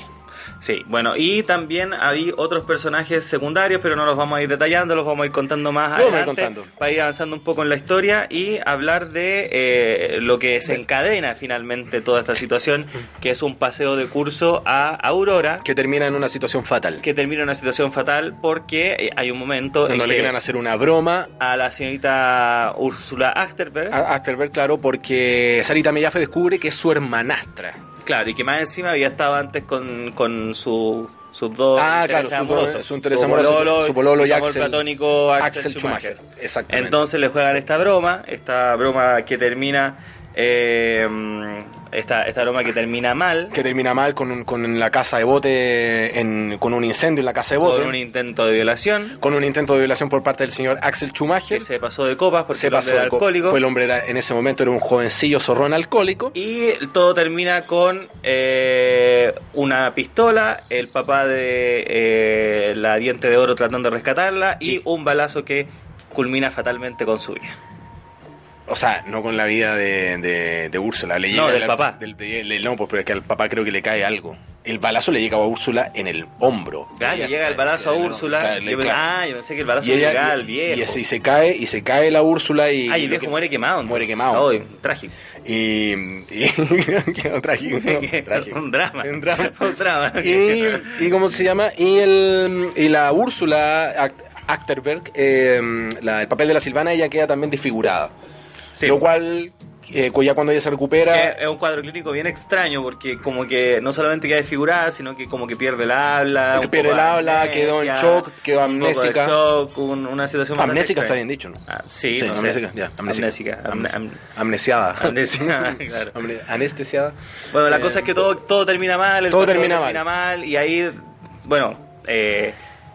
Speaker 2: Sí, bueno, y también hay otros personajes secundarios, pero no los vamos a ir detallando, los vamos a ir contando más
Speaker 3: Los vamos a ir
Speaker 2: adelante,
Speaker 3: contando.
Speaker 2: para ir avanzando un poco en la historia y hablar de eh, lo que se encadena finalmente toda esta situación, que es un paseo de curso a Aurora,
Speaker 3: Que termina en una situación fatal.
Speaker 2: que termina en una situación fatal porque eh, hay un momento en
Speaker 3: Cuando le
Speaker 2: que
Speaker 3: quieren hacer una broma
Speaker 2: a la señorita Úrsula Achterberg,
Speaker 3: a Afterberg, claro, porque Sarita Mellafe descubre que es su hermanastra.
Speaker 2: claro, y que más encima había estado antes con, con su... Sus dos
Speaker 3: Ah, claro,
Speaker 2: intereses
Speaker 3: su-
Speaker 2: amorosos.
Speaker 3: su interés amoroso, su pololo y
Speaker 2: amor
Speaker 3: Axel-
Speaker 2: platónico Axel,
Speaker 3: Axel Schumacher.
Speaker 2: Schumacher.
Speaker 3: Exactamente.
Speaker 2: Entonces le juegan esta broma, esta broma que termina, eh, esta, esta broma que termina mal,
Speaker 3: que termina mal con, un- con la casa de bote, en- con un incendio en la casa de bote,
Speaker 2: con un intento de violación,
Speaker 3: intento de violación por parte del señor Axel
Speaker 2: que
Speaker 3: Schumacher.
Speaker 2: se pasó de copas porque
Speaker 3: Se
Speaker 2: el hombre
Speaker 3: pasó
Speaker 2: era
Speaker 3: de co-
Speaker 2: alcohólico,
Speaker 3: pues el hombre era- en ese momento era un jovencillo zorrón alcohólico.
Speaker 2: y todo termina con eh, una pistola, el papá de eh, la diente de oro tratando de rescatarla y,
Speaker 3: Y-
Speaker 2: un balazo que culmina fatalmente con su vida.
Speaker 3: O sea, no con la vida de, de, de Úrsula. Le
Speaker 2: No, del
Speaker 3: la-
Speaker 2: papá.
Speaker 3: del- de- le- no, pues, pero es que al papá creo que le cae algo. El balazo le llega a Úrsula en el hombro.
Speaker 2: Ah,
Speaker 3: Ella
Speaker 2: le
Speaker 3: se
Speaker 2: llega el
Speaker 3: cae,
Speaker 2: balazo a
Speaker 3: se cae,
Speaker 2: Úrsula.
Speaker 3: claro,
Speaker 2: yo
Speaker 3: le-
Speaker 2: pensé- ah, yo pensé que el balazo
Speaker 3: y ella
Speaker 2: llegaba al
Speaker 3: y,
Speaker 2: viejo.
Speaker 3: ese- y se cae y se cae la Úrsula y
Speaker 2: Ah, y
Speaker 3: lo
Speaker 2: el viejo
Speaker 3: que-
Speaker 2: muere quemado. entonces.
Speaker 3: muere quemado.
Speaker 2: Ay, trágico.
Speaker 3: y, y- quedó trágico, trágico.
Speaker 2: un drama.
Speaker 3: Un drama.
Speaker 2: Un drama.
Speaker 3: y, y cómo se llama y el y la Úrsula Act- Achterberg eh, la- el papel de la Silvana ella queda también desfigurada
Speaker 2: Sí.
Speaker 3: lo cual eh, cu- ya cuando ella se recupera
Speaker 2: Que es un cuadro clínico bien extraño porque como que no solamente queda desfigurada, sino que como que pierde el habla.
Speaker 3: Que
Speaker 2: un
Speaker 3: pierde
Speaker 2: poco
Speaker 3: el
Speaker 2: de
Speaker 3: habla, quedó en
Speaker 2: amnesia,
Speaker 3: shock, quedó
Speaker 2: un poco de
Speaker 3: amnésica.
Speaker 2: shock, un- una situación bastante
Speaker 3: amnésica está
Speaker 2: extraña.
Speaker 3: bien dicho ¿no?
Speaker 2: Ah, sí,
Speaker 3: Sí,
Speaker 2: no sé.
Speaker 3: amnésica, ya, amnésica.
Speaker 2: amnésica. am-
Speaker 3: Amnes-
Speaker 2: am-
Speaker 3: amnesiada
Speaker 2: amnésica, claro.
Speaker 3: Amne- anestesiada
Speaker 2: Bueno, la
Speaker 3: Eh,
Speaker 2: cosa es que todo, todo termina mal, el
Speaker 3: todo
Speaker 2: paseo
Speaker 3: termina
Speaker 2: mal, y ahí, bueno, eh,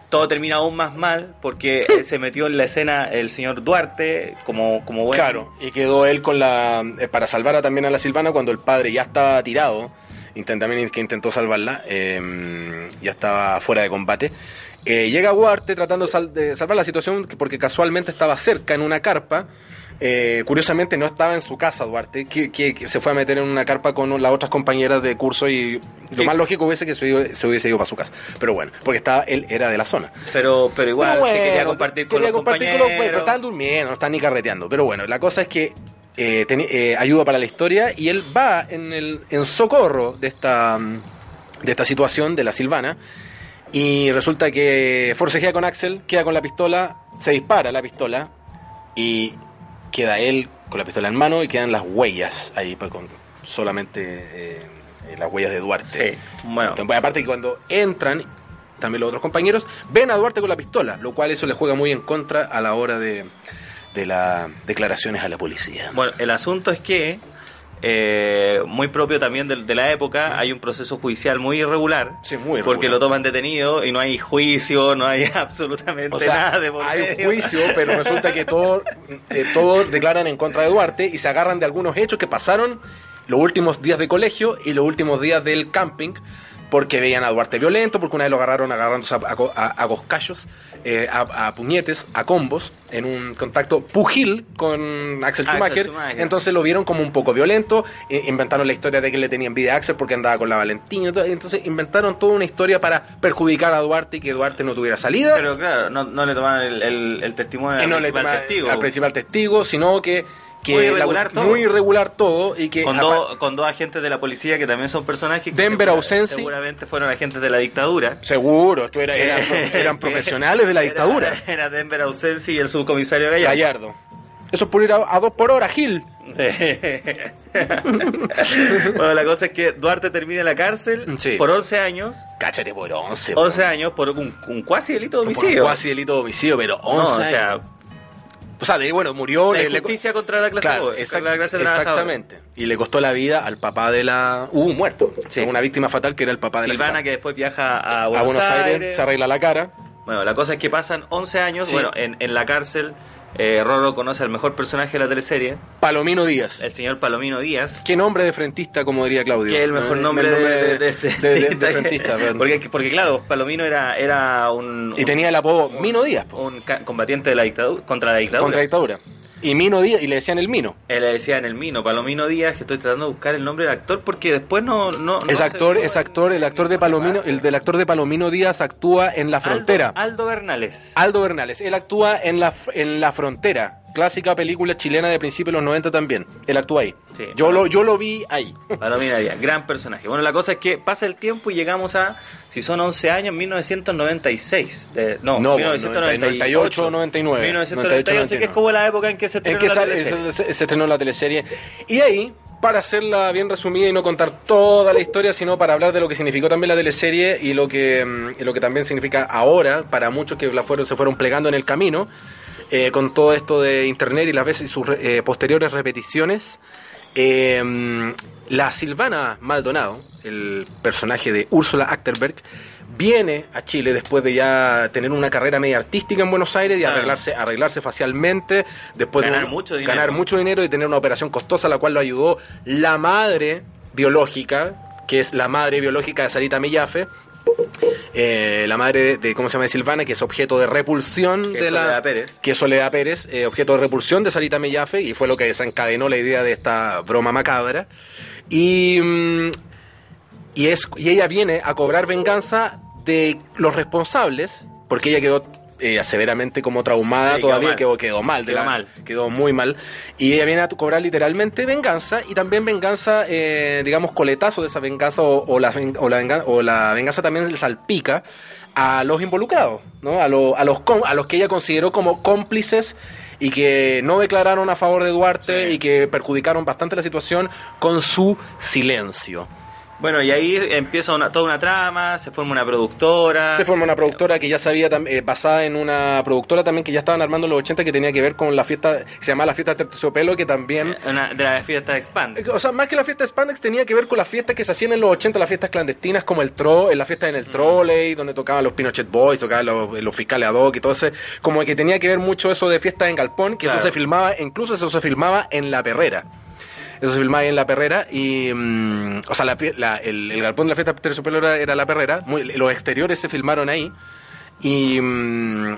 Speaker 2: todo termina aún más mal porque eh, se metió en la escena el señor Duarte como, como buen...
Speaker 3: Claro, y quedó él con la. eh, para salvar a- también a la Silvana cuando el padre ya estaba tirado, intent- también que intentó salvarla, eh, ya estaba fuera de combate. Eh, llega Huarte tratando de sal- de salvar la situación que- porque casualmente estaba cerca en una carpa. Eh, curiosamente no estaba en su casa Duarte, que, que- que se fue a meter en una carpa con las otras compañeras de curso y lo
Speaker 2: Sí.
Speaker 3: más lógico hubiese que se, hubiese- se hubiese ido para su casa. Pero bueno, porque estaba, él era de la zona.
Speaker 2: Pero, pero igual,
Speaker 3: Pero
Speaker 2: se
Speaker 3: bueno,
Speaker 2: quería compartir con
Speaker 3: quería
Speaker 2: los
Speaker 3: compartir con los-
Speaker 2: compañeros. pues,
Speaker 3: Pero estaban durmiendo, no estaban ni carreteando. Pero bueno, la cosa es que eh, teni- eh, ayuda para la historia y él va en, el, en socorro de esta, mm, de esta situación de la Silvana. Y resulta que forcejea con Axel, queda con la pistola, se dispara la pistola y queda él con la pistola en mano y quedan las huellas ahí pues, con solamente eh, eh, las huellas de Duarte.
Speaker 2: Sí, bueno.
Speaker 3: Entonces, pues, aparte que cuando entran también los otros compañeros ven a Duarte con la pistola, lo cual eso le juega muy en contra a la hora de, de las declaraciones a la policía.
Speaker 2: Bueno, el asunto es que, eh, muy propio también de, de la época, hay un proceso judicial muy irregular.
Speaker 3: Sí, muy
Speaker 2: Porque
Speaker 3: irregular.
Speaker 2: lo toman detenido y no hay juicio, no hay absolutamente
Speaker 3: O sea,
Speaker 2: nada de por
Speaker 3: hay
Speaker 2: medio.
Speaker 3: juicio, pero resulta que todos eh, todos declaran en contra de Duarte y se agarran de algunos hechos que pasaron los últimos días de colegio y los últimos días del camping, porque veían a Duarte violento, porque una vez lo agarraron agarrándose a, a, co- a- a coscachos, eh, a, a puñetes, a combos, en un contacto pugil con Axel
Speaker 2: Axel
Speaker 3: Schumacher.
Speaker 2: Schumacher.
Speaker 3: Entonces lo vieron como un poco violento, eh, inventaron la historia de que le tenía envidia a Axel porque andaba con la Valentina, entonces- entonces inventaron toda una historia para perjudicar a Duarte y que Duarte no tuviera salida.
Speaker 2: Pero claro, no, no le toman el, el- el testimonio
Speaker 3: Y
Speaker 2: al
Speaker 3: Eh, no le
Speaker 2: principal
Speaker 3: toma
Speaker 2: testigo.
Speaker 3: al principal testigo, sino que, que
Speaker 2: Muy irregular
Speaker 3: la-
Speaker 2: todo.
Speaker 3: muy irregular todo y que
Speaker 2: con,
Speaker 3: apa-
Speaker 2: dos, con dos agentes de la policía que también son personajes que
Speaker 3: Denver
Speaker 2: segura-
Speaker 3: Ausensi.
Speaker 2: seguramente fueron agentes de la dictadura.
Speaker 3: seguro esto era, eran, eran profesionales de la
Speaker 2: Era-
Speaker 3: dictadura.
Speaker 2: Era, Denver Ausensi y el subcomisario Gallardo.
Speaker 3: Gallardo. Eso es por ir a, a dos por hora, Gil.
Speaker 2: Sí. bueno, la cosa es que Duarte termina en la cárcel
Speaker 3: Sí.
Speaker 2: por 11 años.
Speaker 3: Cáchate por once. po.
Speaker 2: 11 años por un, un cuasi delito de
Speaker 3: Por un
Speaker 2: homicidio.
Speaker 3: Cuasi delito de homicidio, pero
Speaker 2: No,
Speaker 3: once.
Speaker 2: o sea,
Speaker 3: o sea, de- bueno, murió.
Speaker 2: la
Speaker 3: le- le-
Speaker 2: injusticia contra la clase,
Speaker 3: Claro,
Speaker 2: pobre,
Speaker 3: exact-
Speaker 2: la clase trabajadora.
Speaker 3: exactamente. Y le costó la vida al papá de la. Hubo un muerto.
Speaker 2: Sí.
Speaker 3: Una víctima fatal que era el papá de
Speaker 2: Silvana
Speaker 3: la.
Speaker 2: que después viaja a
Speaker 3: a Buenos Aires, se arregla la cara.
Speaker 2: Bueno, la cosa es que pasan 11 años,
Speaker 3: Sí.
Speaker 2: bueno, en, en la cárcel eh, Roro conoce al mejor personaje de la teleserie,
Speaker 3: Palomino Díaz.
Speaker 2: el señor Palomino Díaz.
Speaker 3: ¿Qué nombre de frentista, como diría Claudio?
Speaker 2: Que es el mejor
Speaker 3: Eh,
Speaker 2: nombre,
Speaker 3: el
Speaker 2: de, de-
Speaker 3: de- de- de frentista. perdón.
Speaker 2: porque, porque claro, Palomino era, era un,
Speaker 3: y tenía el apodo Mino Díaz, po,
Speaker 2: un ca- combatiente de la dictadura, contra la dictadura.
Speaker 3: contra dictadura. Y Mino Díaz, y le decían el Mino.
Speaker 2: Él le decía en el Mino, Palomino Díaz, que estoy tratando de buscar el nombre del actor porque después no... no, no
Speaker 3: Es
Speaker 2: se
Speaker 3: actor,
Speaker 2: vio
Speaker 3: es
Speaker 2: en-
Speaker 3: actor, el actor de Palomino, el del actor de Palomino Díaz actúa en la
Speaker 2: Aldo-
Speaker 3: frontera.
Speaker 2: Aldo, Bernales.
Speaker 3: Aldo Bernales, él actúa en la fr- en la frontera. Clásica película chilena de principios de los 90 también. Él actúa ahí.
Speaker 2: Sí.
Speaker 3: yo lo yo lo vi ahí.
Speaker 2: Palomino Díaz, gran personaje. Bueno, la cosa es que pasa el tiempo y llegamos a, si son 11 años, 1996. de- no,
Speaker 3: No,
Speaker 2: 1998.
Speaker 3: 98, 99.
Speaker 2: 1998, que es como la época en que se
Speaker 3: En
Speaker 2: estrenó
Speaker 3: que
Speaker 2: la
Speaker 3: sale-
Speaker 2: teleserie.
Speaker 3: se, se estrenó la teleserie. Y ahí, para hacerla bien resumida y no contar toda la historia, sino para hablar de lo que significó también la teleserie y lo que, mm, y lo que también significa ahora para muchos que la fueron, se fueron plegando en el camino, eh, con todo esto de internet y las veces y sus re- eh, posteriores repeticiones. eh, mm, la Silvana Maldonado, el personaje de Úrsula Achterberg, viene a Chile después de ya tener una carrera media artística en Buenos Aires y
Speaker 2: Claro.
Speaker 3: arreglarse, arreglarse facialmente, después de
Speaker 2: Ganar
Speaker 3: un-
Speaker 2: mucho dinero.
Speaker 3: ganar mucho dinero y tener una operación costosa, la cual lo ayudó la madre biológica, que es la madre biológica de Sarita Millafe, eh, la madre de, de- ¿cómo se llama? de Silvana, que es objeto de repulsión
Speaker 2: Que
Speaker 3: de
Speaker 2: es
Speaker 3: la...
Speaker 2: Soledad Pérez.
Speaker 3: Que es Soledad Pérez, eh, objeto de repulsión de Sarita Millafe, y fue lo que desencadenó la idea de esta broma macabra. Y... mm, y, es, y ella viene a cobrar venganza de los responsables, porque ella quedó eh, severamente como traumada
Speaker 2: Sí, quedó
Speaker 3: todavía,
Speaker 2: mal.
Speaker 3: quedó, quedó mal, de
Speaker 2: Quedó
Speaker 3: la-
Speaker 2: mal.
Speaker 3: quedó muy mal, y ella viene a cobrar literalmente venganza y también venganza, eh, digamos, coletazo de esa venganza o, o la, ven- o, la venganza, o la venganza también le salpica a los involucrados, ¿no? a, lo- a, los, com- a los que ella consideró como cómplices y que no declararon a favor de Duarte y que perjudicaron bastante la situación con su silencio.
Speaker 2: Bueno, y ahí empieza una- toda una trama, se forma una productora.
Speaker 3: Se forma una productora que ya sabía, tam- eh, basada en una productora también que ya estaban armando en los 80 que tenía que ver con la fiesta, que se llamaba la fiesta de terciopelo, que también...
Speaker 2: eh, Una- de la fiesta Expand.
Speaker 3: Eh, O sea, más que la fiesta de Spandex tenía que ver con las fiestas que se hacían en los 80, las fiestas clandestinas como el tro, eh, la fiesta en el trolley, donde tocaban los Pinochet Boys, tocaban los, eh, los fiscales ad hoc y todo ese, como que tenía que ver mucho eso de fiestas en galpón, que
Speaker 2: Claro.
Speaker 3: eso se filmaba, incluso eso se filmaba en la perrera. Eso se filmaba ahí en La Perrera y... mm, o sea, la fie- la- el, el galpón de la fiesta de terciopelo era, era La Perrera. muy- los exteriores se filmaron ahí. Y... mm,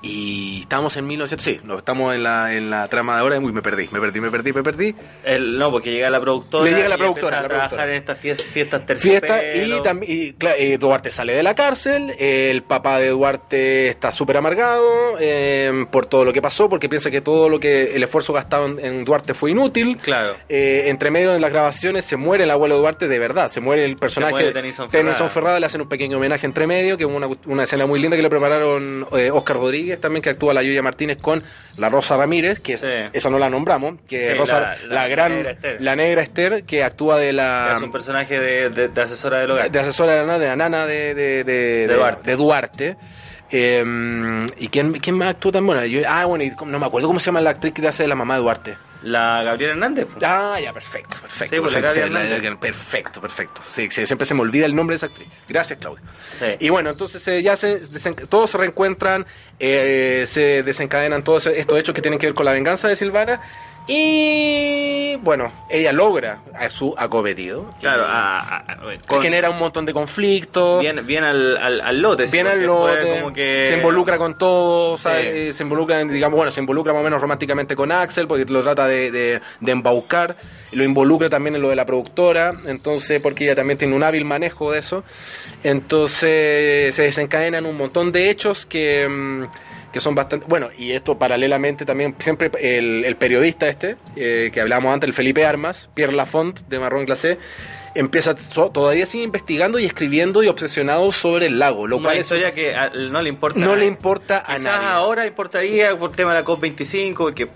Speaker 3: Y estamos en 1900. Sí, no, estamos en la, en la trama de ahora. Uy, me perdí, me perdí, me perdí, me perdí.
Speaker 2: El- no, porque llega la productora.
Speaker 3: Le llega la
Speaker 2: y empieza
Speaker 3: productora,
Speaker 2: A
Speaker 3: la
Speaker 2: trabajar
Speaker 3: productora.
Speaker 2: en estas fies- fiestas
Speaker 3: Fiesta
Speaker 2: terciopelo.
Speaker 3: y también Duarte sale de la cárcel, el papá de Duarte está súper amargado eh, por todo lo que pasó, porque piensa que todo lo que el esfuerzo gastado en, en Duarte fue inútil.
Speaker 2: Claro.
Speaker 3: Eh, entre medio de las grabaciones se muere el abuelo de Duarte de verdad, se muere el personaje
Speaker 2: muere Tennyson Ferrada.
Speaker 3: Ferrada, le hacen un pequeño homenaje entre medio, que es una, una escena muy linda que le prepararon eh, Oscar Rodríguez, también que actúa la Yuya Martínez con la Rosa Ramírez, que es-
Speaker 2: Sí.
Speaker 3: esa no la nombramos, que
Speaker 2: Sí,
Speaker 3: Rosa,
Speaker 2: la-
Speaker 3: la,
Speaker 2: la
Speaker 3: gran,
Speaker 2: negra Esther.
Speaker 3: la negra Esther, que actúa de la...
Speaker 2: es un personaje de, de- de asesora del hogar.
Speaker 3: De asesora de la nana, de, la nana de, de- de-
Speaker 2: De Duarte.
Speaker 3: de Duarte. Eh, ¿Y quién, quién más actúa tan bueno? Yo- ah, bueno, y cómo- no me acuerdo cómo se llama la actriz que hace de la mamá de Duarte.
Speaker 2: La Gabriela Hernández. pues.
Speaker 3: Ah, ya, perfecto, perfecto.
Speaker 2: Sí, pues, la
Speaker 3: perfecto,
Speaker 2: Gaby
Speaker 3: sí, la-
Speaker 2: Hernández.
Speaker 3: perfecto, perfecto. Sí, sí, siempre se me olvida el nombre de esa actriz. Gracias, Claudia.
Speaker 2: Sí.
Speaker 3: Y bueno, entonces eh, ya se desen- todos se reencuentran, eh, se desencadenan todos estos hechos que tienen que ver con la venganza de Silvana. Y bueno, ella logra a su acometido.
Speaker 2: Claro,
Speaker 3: Y-
Speaker 2: a- a- a-
Speaker 3: que
Speaker 2: con-
Speaker 3: genera un montón de conflictos.
Speaker 2: bien, bien al, al, al lote. sí,
Speaker 3: Bien al
Speaker 2: porque fue
Speaker 3: lote,
Speaker 2: como que-
Speaker 3: se involucra con todo, o sea,
Speaker 2: Sí.
Speaker 3: eh, se involucra, en, digamos, bueno, se involucra más o menos románticamente con Axel, porque lo trata de, de, de embaucar, lo involucra también en lo de la productora, entonces, porque ella también tiene un hábil manejo de eso, entonces se desencadenan un montón de hechos que, mm, que son bastante, bueno, y esto paralelamente también, siempre el, el periodista este, eh, que hablábamos antes, el Felipe Armas, Pierre Lafont, de Marrón Glacé, Empieza so- todavía sigue investigando y escribiendo y obsesionado sobre el lago, lo
Speaker 2: Una
Speaker 3: cual es
Speaker 2: historia que a- no le importa. a
Speaker 3: no le
Speaker 2: nadie.
Speaker 3: importa a
Speaker 2: Quizás
Speaker 3: nadie.
Speaker 2: ahora importaría por tema de la COP25, que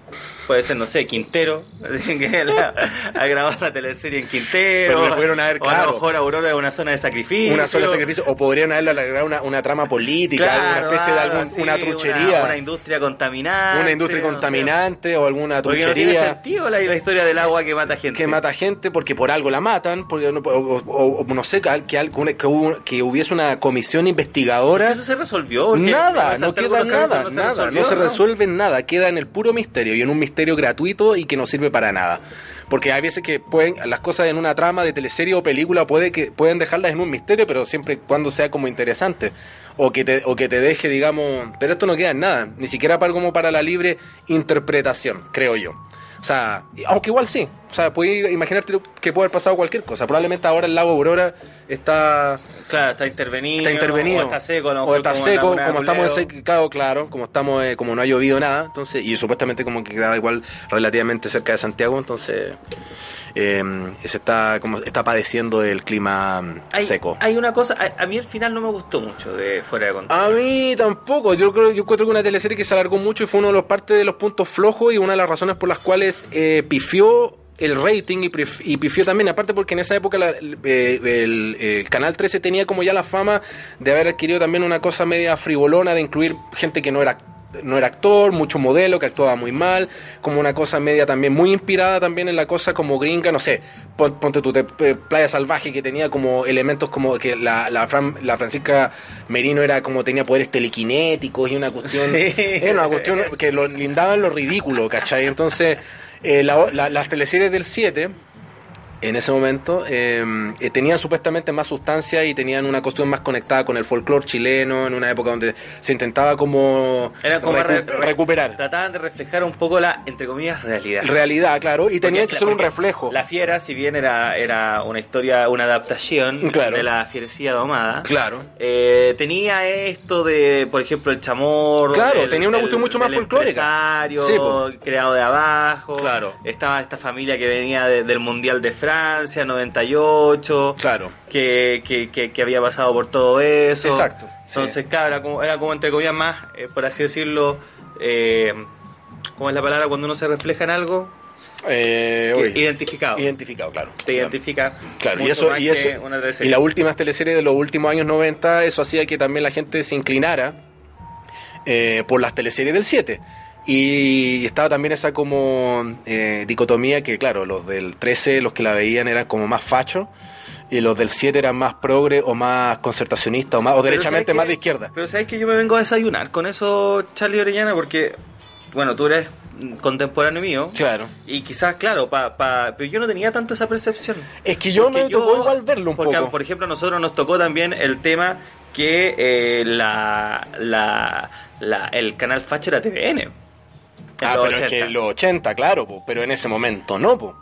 Speaker 2: puede ser, no sé, Quintero, que la- ha grabado la teleserie en Quintero.
Speaker 3: Pero la pudieron haber,
Speaker 2: o a lo
Speaker 3: claro.
Speaker 2: mejor Aurora es una zona de sacrificio.
Speaker 3: Una sola sacrificio, o podrían haberle alargado una, una trama política,
Speaker 2: Claro,
Speaker 3: una especie de
Speaker 2: algo
Speaker 3: algún,
Speaker 2: así,
Speaker 3: una truchería,
Speaker 2: Una,
Speaker 3: una,
Speaker 2: una industria contaminante.
Speaker 3: industria
Speaker 2: no sé.
Speaker 3: contaminante o alguna
Speaker 2: Porque no tiene
Speaker 3: truchería
Speaker 2: sentido la, la historia del agua que mata gente.
Speaker 3: que mata gente porque por algo la matan, porque no- o, o- o no sé, que, que, alguna- que hubo- que hubiese una comisión investigadora.
Speaker 2: Eso se resolvió. porque
Speaker 3: Nada,
Speaker 2: pasaste
Speaker 3: no queda
Speaker 2: algunos
Speaker 3: nada,
Speaker 2: capítulos,
Speaker 3: nada, no se resuelve en nada, queda en el puro misterio y en un misterio gratuito y que no sirve para nada. Porque hay veces que pueden las cosas en una trama de teleserie o película puede que pueden dejarlas en un misterio, pero siempre y cuando sea como interesante o que te o que te deje, digamos, pero esto no queda en nada, ni siquiera para como para la libre interpretación, creo yo. O sea, y- aunque igual sí, o sea, puedes imaginarte que puede haber pasado cualquier cosa. Probablemente ahora el lago Aurora está
Speaker 2: Claro, está intervenido.
Speaker 3: está intervenido
Speaker 2: O está seco. a lo
Speaker 3: o
Speaker 2: mejor,
Speaker 3: está
Speaker 2: como la
Speaker 3: seco,
Speaker 2: moneda
Speaker 3: como
Speaker 2: de
Speaker 3: estamos
Speaker 2: Culeo.
Speaker 3: secados claro como estamos eh, como no ha llovido nada entonces y supuestamente como que quedaba igual relativamente cerca de Santiago entonces eh, se está como está padeciendo el clima mm,
Speaker 2: Hay,
Speaker 3: seco
Speaker 2: hay una cosa, a, a mí el final no me gustó mucho de fuera de contexto.
Speaker 3: a mí tampoco, yo creo, yo encuentro que una teleserie que se alargó mucho y fue uno de los partes de los puntos flojos y una de las razones por las cuales eh, pifió el rating y, prif- y pifió también, aparte porque en esa época la- el, eh, el- el Canal 13 tenía como ya la fama de haber adquirido también una cosa media frivolona de incluir gente que no era no era actor, mucho modelo que actuaba muy mal, como una cosa media también muy inspirada también en la cosa como gringa, no sé, pon- ponte tu playa salvaje que tenía como elementos como que la, la, Fran- la Francisca Merino era como tenía poderes telequinéticos y una cuestión,
Speaker 2: Sí.
Speaker 3: era una cuestión que lo lindaban lo ridículo, ¿cachai? Entonces, eh, la- la- las teleseries del 7 en ese momento eh, eh, tenían supuestamente más sustancia y tenían una cuestión más conectada con el folclore chileno en una época donde se intentaba como,
Speaker 2: Era como
Speaker 3: Ah, recu-
Speaker 2: re-
Speaker 3: recuperar
Speaker 2: Trataban de reflejar un poco la, entre comillas, realidad.
Speaker 3: realidad, claro, y tenía
Speaker 2: Porque,
Speaker 3: que ser un
Speaker 2: porque
Speaker 3: reflejo.
Speaker 2: La fiera, si bien era, era una historia, una adaptación
Speaker 3: Claro.
Speaker 2: de la fierecilla domada,
Speaker 3: Claro.
Speaker 2: eh, tenía esto de, por ejemplo, el chamorro.
Speaker 3: Claro,
Speaker 2: del-
Speaker 3: tenía una
Speaker 2: del-
Speaker 3: cuestión mucho más
Speaker 2: del
Speaker 3: folclórica.
Speaker 2: empresario
Speaker 3: Sí, po.
Speaker 2: creado de abajo.
Speaker 3: Claro.
Speaker 2: Estaba esta familia que venía de- del Mundial de Francia, 98.
Speaker 3: Claro.
Speaker 2: Que, que, que, que había pasado por todo eso.
Speaker 3: Exacto,
Speaker 2: Entonces, claro, era como, era como entre comillas más, eh, por así decirlo, eh, ¿cómo es la palabra cuando uno se refleja en algo?
Speaker 3: Eh,
Speaker 2: Que-
Speaker 3: oye,
Speaker 2: Identificado.
Speaker 3: identificado, claro.
Speaker 2: te
Speaker 3: Claro.
Speaker 2: identifica.
Speaker 3: Claro, y
Speaker 2: mucho
Speaker 3: eso,
Speaker 2: más
Speaker 3: y
Speaker 2: que
Speaker 3: eso,
Speaker 2: una tercera.
Speaker 3: y las últimas teleseries de los últimos años 90, eso hacía que también la gente se inclinara eh, por las teleseries del 7. Y estaba también esa como eh, dicotomía que, claro, los del 13, los que la veían eran como más fachos, y los del 7 eran más progre o más concertacionistas o, más, o
Speaker 2: Pero
Speaker 3: derechamente
Speaker 2: ¿sabes
Speaker 3: más
Speaker 2: qué?
Speaker 3: de izquierda.
Speaker 2: Pero sabes que yo me vengo a desayunar con eso, Charlie Orellana, porque, bueno, tú eres mm, contemporáneo mío.
Speaker 3: Claro.
Speaker 2: Y quizás, claro, pa, pa- pero yo no tenía tanto esa percepción.
Speaker 3: Es que yo
Speaker 2: Porque
Speaker 3: me tocó igual verlo un
Speaker 2: porque,
Speaker 3: poco.
Speaker 2: Por ejemplo, a nosotros nos tocó también el tema que eh, la, la, la- el canal Facha era TVN. en
Speaker 3: Ah,
Speaker 2: los
Speaker 3: pero es que
Speaker 2: 80.
Speaker 3: en los 80, claro, po, pero en ese momento no, po.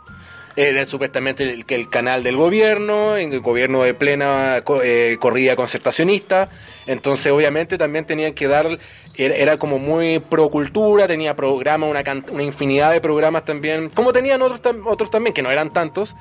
Speaker 3: Era supuestamente el, que el canal del gobierno, en el gobierno de plena co- eh, corrida concertacionista, entonces obviamente también tenían que dar, era, era como muy pro cultura, tenía programas, una, can- una infinidad de programas también, como tenían otros, tam- otros también, que no eran tantos,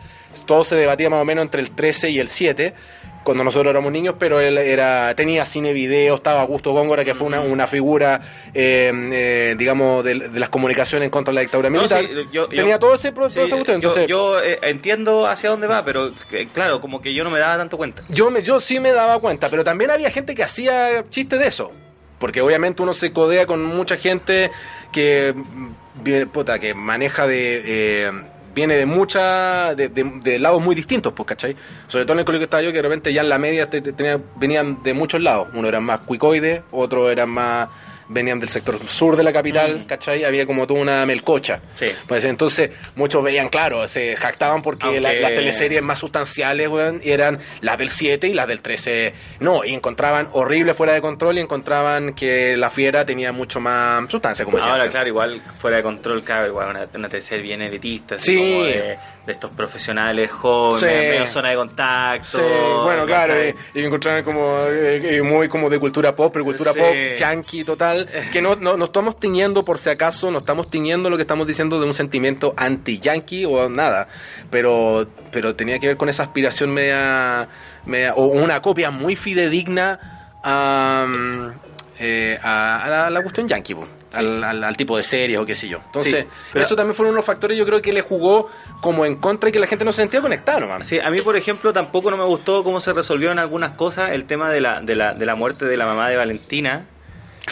Speaker 3: todo se debatía más o menos entre el 13 y el 7, cuando nosotros éramos niños, pero él era tenía cine video, estaba Augusto Góngora, que fue una, una figura, eh, eh, digamos, de, de las comunicaciones contra la dictadura
Speaker 2: No,
Speaker 3: militar.
Speaker 2: sí, yo-
Speaker 3: tenía
Speaker 2: yo-
Speaker 3: todo ese, pro-
Speaker 2: Sí,
Speaker 3: todo ese gusto, entonces...
Speaker 2: yo,
Speaker 3: Yo,
Speaker 2: yo, eh, entiendo hacia dónde va, pero eh, claro, como que yo no me daba tanto cuenta.
Speaker 3: me, yo sí me daba cuenta, pero también había gente que hacía chistes de eso. Porque obviamente uno se codea con mucha gente que, mm, viene- puta, que maneja de... eh, viene de mucha de, de- de lados muy distintos, pues, ¿cachai? Sobre todo en el colegio que estaba yo, que de repente ya en la media te- te- tenía- venían de muchos lados. Uno eran más cuicoides, otro eran más... venían del sector sur de la capital, ¿cachai? Había como toda una melcocha.
Speaker 2: Mm. Sí.
Speaker 3: Pues entonces muchos veían, claro, se jactaban porque
Speaker 2: Aunque-
Speaker 3: la- las teleseries más sustanciales, weón, eran las del 7 y las del 13. No, y encontraban horrible fuera de control y encontraban que la fiera tenía mucho más sustancia, como decía
Speaker 2: Ahora,
Speaker 3: antes.
Speaker 2: claro, igual fuera de control, claro, igual una, una tercera bien elitista, así
Speaker 3: Sí.
Speaker 2: como de, de estos profesionales jóvenes,
Speaker 3: Sí.
Speaker 2: medio zona de contacto.
Speaker 3: Sí, bueno, claro,
Speaker 2: ¿cachai?
Speaker 3: eh, y, encontraban como eh, eh, muy como de cultura pop, pero cultura
Speaker 2: Sí.
Speaker 3: pop yankee total, que no, no, no estamos tiñendo por si acaso, no estamos tiñendo lo que estamos diciendo de un sentimiento anti-yankee o nada, pero, pero tenía que ver con esa aspiración media, media- o una copia muy fidedigna a, mm, eh, a- a la, a la cuestión yankee, po, Al, al- al tipo de series o qué sé yo. Entonces,
Speaker 2: Sí, pero-
Speaker 3: eso también fueron unos factores yo creo que le jugó como en contra y que la gente no se sentía conectada nomás.
Speaker 2: Sí, a mí, por ejemplo, tampoco no me gustó cómo se resolvieron algunas cosas. El tema de la, de la, de la muerte de la mamá de Valentina.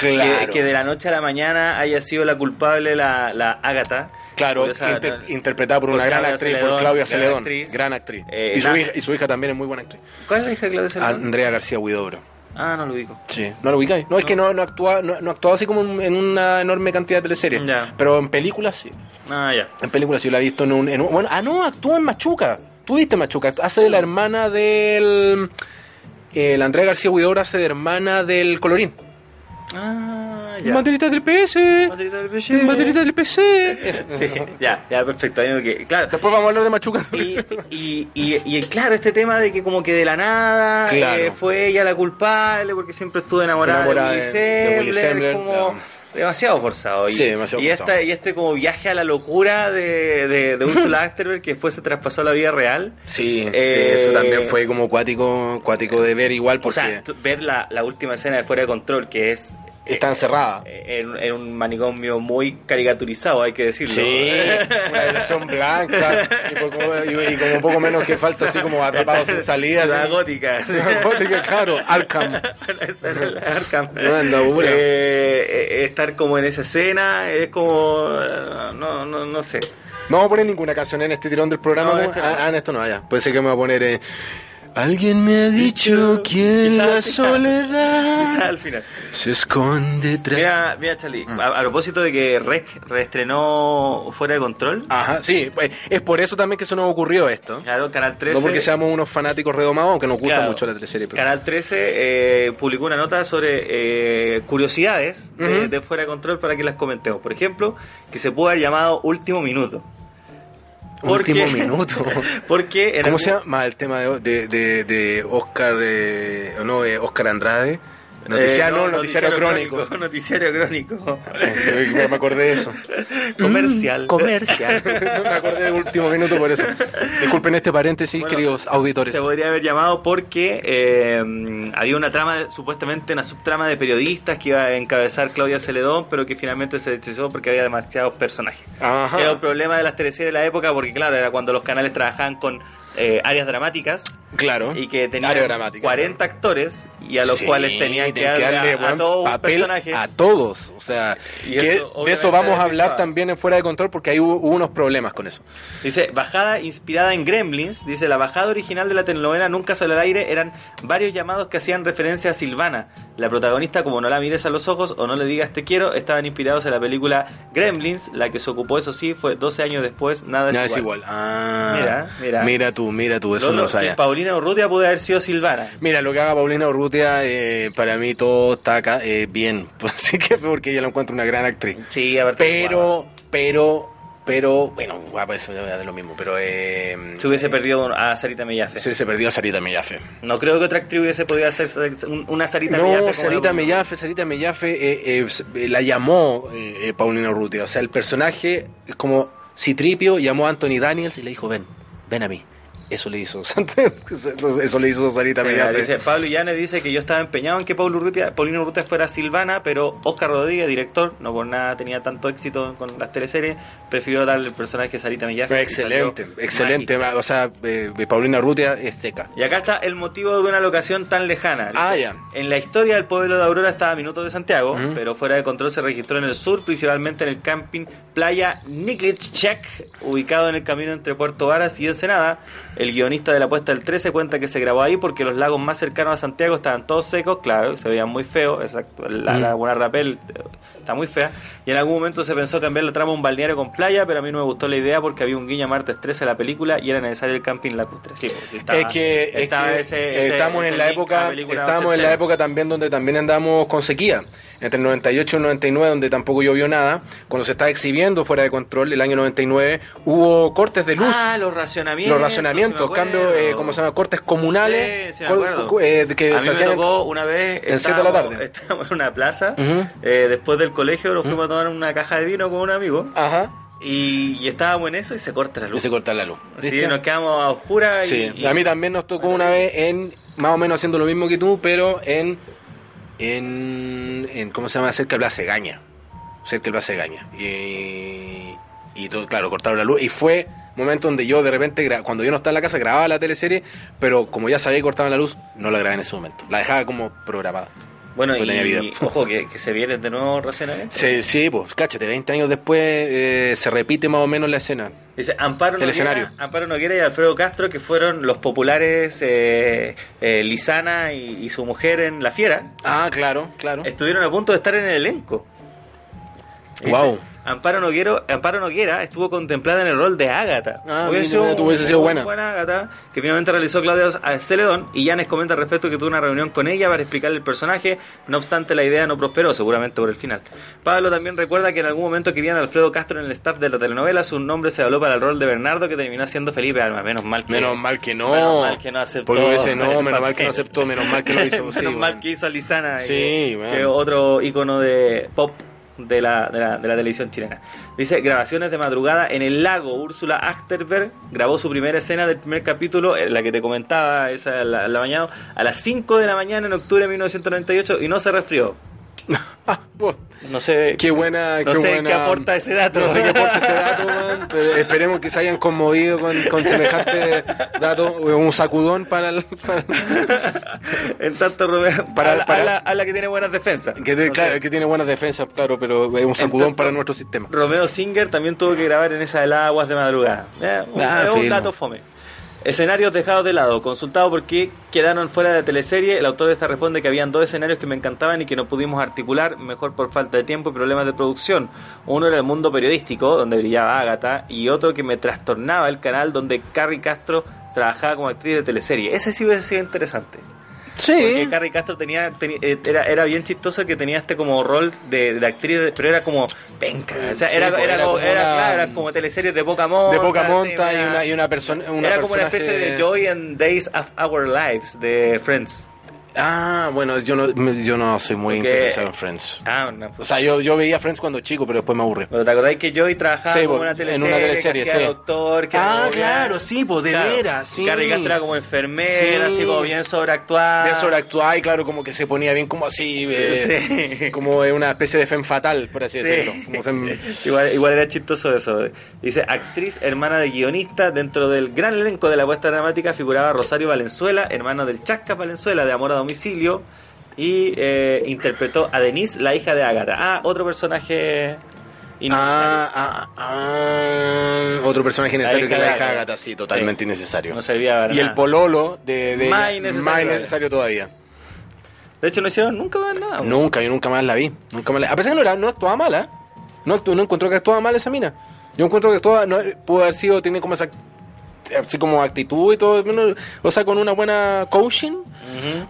Speaker 2: que- Que, de la noche a la mañana haya sido la culpable la, la Ágata.
Speaker 3: Claro,
Speaker 2: Por esa-
Speaker 3: inter- interpretada por,
Speaker 2: por
Speaker 3: una gran
Speaker 2: Claudia
Speaker 3: actriz,
Speaker 2: Celedón,
Speaker 3: por Claudia
Speaker 2: gran
Speaker 3: Celedón,
Speaker 2: actriz.
Speaker 3: gran actriz.
Speaker 2: Eh,
Speaker 3: y, su
Speaker 2: la-
Speaker 3: hija, y su hija también es muy buena actriz.
Speaker 2: ¿Cuál es la hija de Claudia Celedón?
Speaker 3: Andrea García Huidobro.
Speaker 2: Ah, no lo ubico.
Speaker 3: Sí. ¿No lo ubicáis? No, es que no, no actúa no, no actuaba así como en- en una enorme cantidad de teleseries.
Speaker 2: Ya.
Speaker 3: Pero en películas sí.
Speaker 2: Ah, ya.
Speaker 3: En películas sí la he visto en un, en un- Bueno, ah, no, actúa en Machuca. Tú viste Machuca. Hace de la hermana del... El Andrea García Huidobro hace de hermana del Colorín.
Speaker 2: Ah, ya.
Speaker 3: Banderita del PS.
Speaker 2: Banderita del PS.
Speaker 3: Banderita del PS.
Speaker 2: Sí, ya, ya, perfecto. Ahí me quedé. Claro.
Speaker 3: Después vamos a hablar de Machuca.
Speaker 2: Y, y, y- y, claro, este tema de que como que de la nada
Speaker 3: Claro.
Speaker 2: eh, fue ella la culpable porque siempre estuvo enamorada,
Speaker 3: Enamorada
Speaker 2: de
Speaker 3: de-
Speaker 2: Willy
Speaker 3: de Willy
Speaker 2: Sembler,
Speaker 3: Sembler,
Speaker 2: como
Speaker 3: claro.
Speaker 2: demasiado forzado. Y,
Speaker 3: Sí, demasiado
Speaker 2: y
Speaker 3: forzado.
Speaker 2: esta- y este como viaje a la locura de, de, de Ursula Asterberg que después se traspasó a la vida real.
Speaker 3: Sí,
Speaker 2: Eh,
Speaker 3: sí, eso también fue como cuático, cuático de ver igual
Speaker 2: O
Speaker 3: porque
Speaker 2: sea, tú- ver la, la última escena de Fuera de Control que es...
Speaker 3: está encerrada.
Speaker 2: eh, En, en un manicomio muy caricaturizado, hay que decirlo.
Speaker 3: Sí, Eh, una versión blanca y, por como, y- y como un poco menos que falta así como atrapados sin salida.
Speaker 2: Ciudad
Speaker 3: así.
Speaker 2: gótica.
Speaker 3: Ciudad gótica, claro, Arkham.
Speaker 2: Arkham.
Speaker 3: No, anda, pura.
Speaker 2: Eh, eh, estar como en esa escena es como eh, no no no sé
Speaker 3: No vamos a poner ninguna canción en este tirón del programa.
Speaker 2: No,
Speaker 3: ¿no?
Speaker 2: este no.
Speaker 3: ah, ah, en esto no, allá. Puede ser que me voy a poner. eh, Alguien me ha dicho que
Speaker 2: Quizás
Speaker 3: la
Speaker 2: al final. Quizás
Speaker 3: soledad
Speaker 2: al final
Speaker 3: se esconde tras.
Speaker 2: mira mira Charlie
Speaker 3: Mm.
Speaker 2: a, a propósito de que Rec reestrenó fuera de control
Speaker 3: Ajá, sí, pues, es por eso también que se nos ocurrió esto.
Speaker 2: claro Canal 13
Speaker 3: No porque seamos unos fanáticos redomados, aunque nos gusta
Speaker 2: Claro.
Speaker 3: mucho la teleserie. Pero...
Speaker 2: Canal 13 eh, publicó una nota sobre eh, curiosidades de,
Speaker 3: Ujú.
Speaker 2: de fuera de control para que las comentemos. Por ejemplo, que se pudo haber llamado Último Minuto.
Speaker 3: Último Minuto.
Speaker 2: Porque en
Speaker 3: ¿Cómo
Speaker 2: algún-
Speaker 3: se llama el tema de, de, de, de Oscar, eh, no, eh, Oscar Andrade? Noticiano,
Speaker 2: Eh, no,
Speaker 3: noticiario, crónico.
Speaker 2: Noticiario crónico.
Speaker 3: Eh, yo me acordé de eso. Mm,
Speaker 2: Comercial.
Speaker 3: Comercial. me acordé de último minuto por eso. Disculpen este paréntesis,
Speaker 2: Bueno,
Speaker 3: queridos auditores.
Speaker 2: Se podría haber llamado porque eh, había una trama, supuestamente una subtrama de periodistas que iba a encabezar Claudia Celedón, pero que finalmente se destruyó porque había demasiados personajes.
Speaker 3: Ajá.
Speaker 2: Era un problema de las teleseries de la época porque, claro, era cuando los canales trabajaban con eh, áreas dramáticas
Speaker 3: Claro.
Speaker 2: y que
Speaker 3: ¿Ah? Área
Speaker 2: tenían
Speaker 3: dramática,
Speaker 2: 40 actores y a los
Speaker 3: Sí,
Speaker 2: cuales tenían que darle, a- a,
Speaker 3: buen
Speaker 2: todo un
Speaker 3: papel
Speaker 2: personaje.
Speaker 3: a todos. O sea,
Speaker 2: Y
Speaker 3: que
Speaker 2: eso,
Speaker 3: de
Speaker 2: obviamente,
Speaker 3: eso vamos a hablar
Speaker 2: afectaba.
Speaker 3: también en Fuera de Control porque ahí hubo, hubo unos problemas con eso.
Speaker 2: Dice, bajada inspirada en Gremlins. Dice, la bajada original de la telenovela Nunca salió al aire eran varios llamados que hacían referencia a Silvana. La protagonista, como no la mires a los ojos o no le digas te quiero, estaban inspirados en la película Gremlins, la que se ocupó, eso sí, fue 12 años después, nada es
Speaker 3: Nada
Speaker 2: igual.
Speaker 3: es igual. Ah,
Speaker 2: Mira, mira.
Speaker 3: Mira tú. tú, mira tú, eso no
Speaker 2: Lolo,
Speaker 3: lo
Speaker 2: que
Speaker 3: sabía.
Speaker 2: Paulina Urrutia pudo haber sido Silvana.
Speaker 3: Mira, lo que haga Paulina Urrutia, eh, para mí todo está acá, eh, bien. Así que porque ella lo encuentro una gran actriz.
Speaker 2: Sí, aparte.
Speaker 3: Pero, pero, pero, bueno, guapa, eso ya da lo mismo, pero... Eh,
Speaker 2: guapa. Se hubiese perdido a Sarita Mellafe.
Speaker 3: Se hubiese perdido a Sarita Mellafe.
Speaker 2: No creo que otra actriz hubiese podido hacer un- una Sarita Mellafe.
Speaker 3: No,
Speaker 2: como
Speaker 3: Sarita
Speaker 2: la-
Speaker 3: Mellafe, Sarita Mellafe eh, eh, s- eh, la llamó eh, eh, Paulina Urrutia. O sea, el personaje es como Citripio llamó a Anthony Daniels y le dijo, ven, ven a mí. Eso le hizo, eso le hizo Sarita
Speaker 2: Mira,
Speaker 3: Mellafe.
Speaker 2: dice, Pablo Llanes dice que yo estaba empeñado en que Paulo Urrutia, Paulino Urrutia fuera Silvana, pero Oscar Rodríguez, director, no por nada tenía tanto éxito con las teleseries, prefirió darle el personaje a Sarita Mellafe.
Speaker 3: Excelente,
Speaker 2: Y salió
Speaker 3: excelente.
Speaker 2: mágica.
Speaker 3: O sea, eh, Paulina Urrutia es seca.
Speaker 2: Y acá está el motivo de una locación tan lejana. Dice,
Speaker 3: Ah, ya.
Speaker 2: En la historia del pueblo de Aurora estaba a minutos de Santiago,
Speaker 3: Ujú.
Speaker 2: pero fuera de control se registró en el sur, principalmente en el camping Playa Niklichek, ubicado en el camino entre Puerto Varas y Ensenada. El guionista de la puesta del 13 cuenta que se grabó ahí porque los lagos más cercanos a Santiago estaban todos secos, claro, se veían muy feos, exacto. La
Speaker 3: Ujú.
Speaker 2: laguna Rapel eh, está muy fea. Y en algún momento se pensó cambiar la trama a un balneario con playa, pero a mí no me gustó la idea porque había un guiño a martes 13 a la película y era necesario el camping lacustre. Sí, pues, sí, estaba-
Speaker 3: es que, es
Speaker 2: estaba
Speaker 3: que
Speaker 2: ese- ese-
Speaker 3: estamos
Speaker 2: ese
Speaker 3: en la
Speaker 2: link a
Speaker 3: época
Speaker 2: película
Speaker 3: estamos en la
Speaker 2: ochentera.
Speaker 3: época también donde también andamos con sequía entre el 98 y el 99 donde tampoco llovió nada cuando se estaba exhibiendo fuera de control el año 99 hubo cortes de luz
Speaker 2: Ah, los racionamientos.
Speaker 3: los racionamientos
Speaker 2: sí me
Speaker 3: cambios
Speaker 2: acuerdo.
Speaker 3: eh, como se llama cortes comunales
Speaker 2: Sí, sí me
Speaker 3: col-
Speaker 2: acuerdo.
Speaker 3: cu- eh, que
Speaker 2: a mí
Speaker 3: se
Speaker 2: me
Speaker 3: hacían en-
Speaker 2: tocó una vez.
Speaker 3: en siete de la
Speaker 2: estábamos-
Speaker 3: tarde.
Speaker 2: Estábamos en una plaza.
Speaker 3: Ujú.
Speaker 2: eh, después del colegio nos fuimos a tomar una caja de vino con un amigo.
Speaker 3: ajá
Speaker 2: Y, y estábamos en eso y se corta la
Speaker 3: y
Speaker 2: luz.
Speaker 3: se corta la luz
Speaker 2: Sí,
Speaker 3: ¿Viste?
Speaker 2: nos quedamos a oscuras.
Speaker 3: Sí,
Speaker 2: y, y-
Speaker 3: a mí también nos tocó una vez en, más o menos haciendo lo mismo que tú, pero en, en, en ¿cómo se llama? Cerca de Plaza Gaña. Cerca de Plaza Gaña. Y, y todo, claro, cortaron la luz. Y fue momento donde yo de repente, gra- cuando yo no estaba en la casa, grababa la teleserie, pero como ya sabía que cortaban la luz, no la grabé en ese momento. La dejaba como programada.
Speaker 2: Bueno,
Speaker 3: Pues tenía
Speaker 2: y,
Speaker 3: video.
Speaker 2: ojo, que, que se viene de nuevo racionamientos.
Speaker 3: Sí, sí, pues, cáchate, 20 años después eh, se repite más o menos la escena.
Speaker 2: Dice Amparo
Speaker 3: Del escenario.
Speaker 2: Noguera, Amparo Noguera y Alfredo Castro, que fueron los populares eh, eh, Lisana y, y su mujer en La Fiera,
Speaker 3: Ah, claro, claro.
Speaker 2: estuvieron a punto de estar en el elenco. Dice,
Speaker 3: Wow.
Speaker 2: Amparo Noguera, Amparo Noguera estuvo contemplada en el rol de Ágata.
Speaker 3: Ah, mira, mira, tú hubiese sido
Speaker 2: muy
Speaker 3: buena.
Speaker 2: Ágata, que finalmente realizó Claudia a- Celedón. Y Yanes comenta al respecto que tuvo una reunión con ella para explicarle el personaje. No obstante, la idea no prosperó, seguramente por el final. Pablo también recuerda que en algún momento querían a Alfredo Castro en el staff de la telenovela. Su nombre se habló para el rol de Bernardo, que terminó siendo Felipe Alma. Menos mal que.
Speaker 3: Menos mal que no.
Speaker 2: Eh, Menos mal que no aceptó.
Speaker 3: Porque hubiese- no,
Speaker 2: el
Speaker 3: menos mal
Speaker 2: papel.
Speaker 3: que no aceptó, menos mal que lo hizo.
Speaker 2: Menos
Speaker 3: sí,
Speaker 2: mal
Speaker 3: bueno.
Speaker 2: que hizo a Lizana,
Speaker 3: Sí,
Speaker 2: eh,
Speaker 3: bueno.
Speaker 2: que es otro icono de pop de la, de, la, de la televisión chilena. Dice, grabaciones de madrugada en el lago. Úrsula Achterberg grabó su primera escena del primer capítulo, eh, la que te comentaba, esa la, la mañana, a las 5 de la mañana en octubre de 1998 y no se resfrió.
Speaker 3: Ah, bueno.
Speaker 2: No sé...
Speaker 3: Qué buena,
Speaker 2: No
Speaker 3: qué
Speaker 2: sé
Speaker 3: buena-
Speaker 2: qué aporta ese dato.
Speaker 3: No sé qué aporta ese dato, man, pero esperemos que se hayan conmovido con, con semejante dato, un sacudón para el... para el-
Speaker 2: en tanto, Romero,
Speaker 3: Para-
Speaker 2: habla,
Speaker 3: para-
Speaker 2: habla- habla que tiene buenas defensas.
Speaker 3: que,
Speaker 2: No sé.
Speaker 3: tiene- claro, que tiene buenas defensas, claro, pero es un sacudón
Speaker 2: Entonces-
Speaker 3: para nuestro sistema.
Speaker 2: Romeo Singer también tuvo que grabar en esa de las aguas de madrugada. Eh, un,
Speaker 3: Ah,
Speaker 2: es un
Speaker 3: fino.
Speaker 2: dato fome. Escenarios dejados de lado, consultado por qué quedaron fuera de la teleserie, el autor de esta responde que habían dos escenarios que me encantaban y que no pudimos articular, mejor por falta de tiempo y problemas de producción. Uno era el mundo periodístico, donde brillaba Ágata, y otro que me trastornaba el canal donde Carrie Castro trabajaba como actriz de teleserie. Ese sí hubiese sido interesante. Porque Carrie Castro tenía, teni- eh, era, era bien chistoso que tenía este como rol de, de actriz, de- pero era como penca. O sea,
Speaker 3: Sí,
Speaker 2: era,
Speaker 3: pues,
Speaker 2: era
Speaker 3: era
Speaker 2: como,
Speaker 3: como
Speaker 2: era,
Speaker 3: una-
Speaker 2: claro, era como teleseries de poca monta.
Speaker 3: de poca
Speaker 2: sí,
Speaker 3: monta y
Speaker 2: era-
Speaker 3: una, y una persona... una
Speaker 2: era como una
Speaker 3: personaje-
Speaker 2: especie de Joy and Days of Our Lives de Friends.
Speaker 3: Ah, bueno, yo no, me- yo no soy muy
Speaker 2: Porque-
Speaker 3: interesado en Friends.
Speaker 2: Ah, no.
Speaker 3: O sea, yo, yo veía Friends cuando chico, pero después me aburrí.
Speaker 2: Pero te acordáis que Joy trabajaba
Speaker 3: Sí,
Speaker 2: como
Speaker 3: pues,
Speaker 2: una teleserie,
Speaker 3: en una teleserie,
Speaker 2: que hacía
Speaker 3: sí.
Speaker 2: doctor, que era
Speaker 3: Ah,
Speaker 2: como bien-
Speaker 3: claro, sí, pues, de veras, sí.
Speaker 2: Y Carrie Castro era como enfermera,
Speaker 3: Sí.
Speaker 2: así como bien sobreactuada.
Speaker 3: De sobreactuada y claro, como que se ponía bien como así, eh,
Speaker 2: Sí.
Speaker 3: como eh, una especie de femme fatal, por así
Speaker 2: Sí.
Speaker 3: decirlo. Como femme-
Speaker 2: Igual, igual era chistoso eso. Dice, actriz, hermana de guionista, dentro del gran elenco de la puesta dramática figuraba Rosario Valenzuela, hermana del Chasca Valenzuela, de Amor a Domicilio, y eh, interpretó a Denise, la hija de Ágata. Ah, otro personaje... innecesario.
Speaker 3: Ah, ah, ah, otro personaje innecesario
Speaker 2: hija
Speaker 3: que
Speaker 2: de
Speaker 3: la hija de
Speaker 2: Agatha.
Speaker 3: Agatha, sí, totalmente innecesario.
Speaker 2: no servía para
Speaker 3: y el
Speaker 2: nada.
Speaker 3: pololo de, de
Speaker 2: Más
Speaker 3: ella,
Speaker 2: innecesario
Speaker 3: más
Speaker 2: todavía.
Speaker 3: innecesario todavía.
Speaker 2: De hecho, no hicieron nunca más nada. güey.
Speaker 3: Nunca, yo nunca más la vi. Nunca más la- A pesar que no, era- no actuaba mal, ¿eh? No, actu- no encontró que actuaba mal esa mina. Yo encuentro que actuaba, no, pudo haber sido, tiene como esa así como actitud y todo, bueno, o sea, con una buena coaching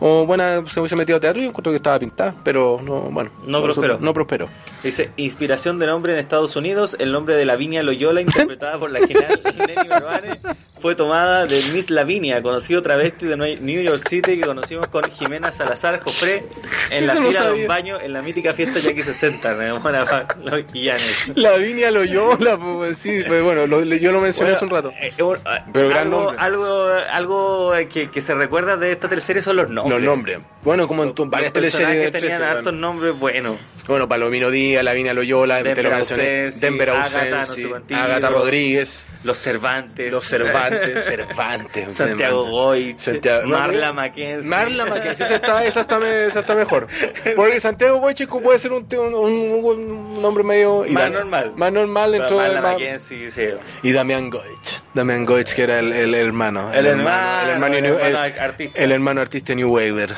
Speaker 3: o buena se hubiese metido a teatro, yo encuentro que estaba pintada, pero no, bueno,
Speaker 2: No
Speaker 3: por eso
Speaker 2: prosperó.
Speaker 3: No prosperó.
Speaker 2: Dice, inspiración de nombre en Estados Unidos, el nombre de Lavinia Loyola, interpretada por la general Lenny Bervane, fue tomada de Miss Lavinia, conocido travesti de Nue- New York City que conocimos con Jimena Salazar Jofré en la
Speaker 3: Eso no
Speaker 2: tira de
Speaker 3: sabía.
Speaker 2: un baño en la mítica fiesta Jackie 60, me demora pa- los guillanes.
Speaker 3: La Vinia Loyola, pues sí, pues bueno, lo- lo- yo lo mencioné hace un rato.
Speaker 2: Eh, eh, bueno, eh,
Speaker 3: Pero gran
Speaker 2: algo,
Speaker 3: nombre.
Speaker 2: algo, algo eh, que, que se recuerda de esta teleserie son los nombres.
Speaker 3: Los nombres. Bueno, como en tu-
Speaker 2: Los
Speaker 3: varias
Speaker 2: personajes
Speaker 3: teleseries de
Speaker 2: tenían
Speaker 3: 13, bueno.
Speaker 2: hartos nombres buenos.
Speaker 3: Bueno, Palomino Díaz, Lavinia Loyola, te lo
Speaker 2: Denver
Speaker 3: mencioné,
Speaker 2: Ausensi,
Speaker 3: Denver
Speaker 2: Ágata,
Speaker 3: Ausensi,
Speaker 2: no
Speaker 3: Agata,
Speaker 2: sé cuántillo.
Speaker 3: Rodríguez,
Speaker 2: Los Cervantes.
Speaker 3: Los Cervantes, Cervantes,
Speaker 2: Santiago
Speaker 3: man.
Speaker 2: Goich.
Speaker 3: Santiago-
Speaker 2: Marla Mackenzie.
Speaker 3: Marla Mackenzie, esa está, esa está, me- esa está mejor. Porque Santiago Goichico puede ser un, un, un- un nombre medio...
Speaker 2: Más
Speaker 3: Damián-
Speaker 2: normal.
Speaker 3: Más normal
Speaker 2: Pero
Speaker 3: dentro
Speaker 2: Marla
Speaker 3: del... ma-
Speaker 2: Mackenzie, sí.
Speaker 3: Y Damián Goich. Damián Goich que era el, el hermano.
Speaker 2: El hermano,
Speaker 3: El hermano,
Speaker 2: el
Speaker 3: New-
Speaker 2: hermano
Speaker 3: el-
Speaker 2: artista.
Speaker 3: el hermano artista New Waver.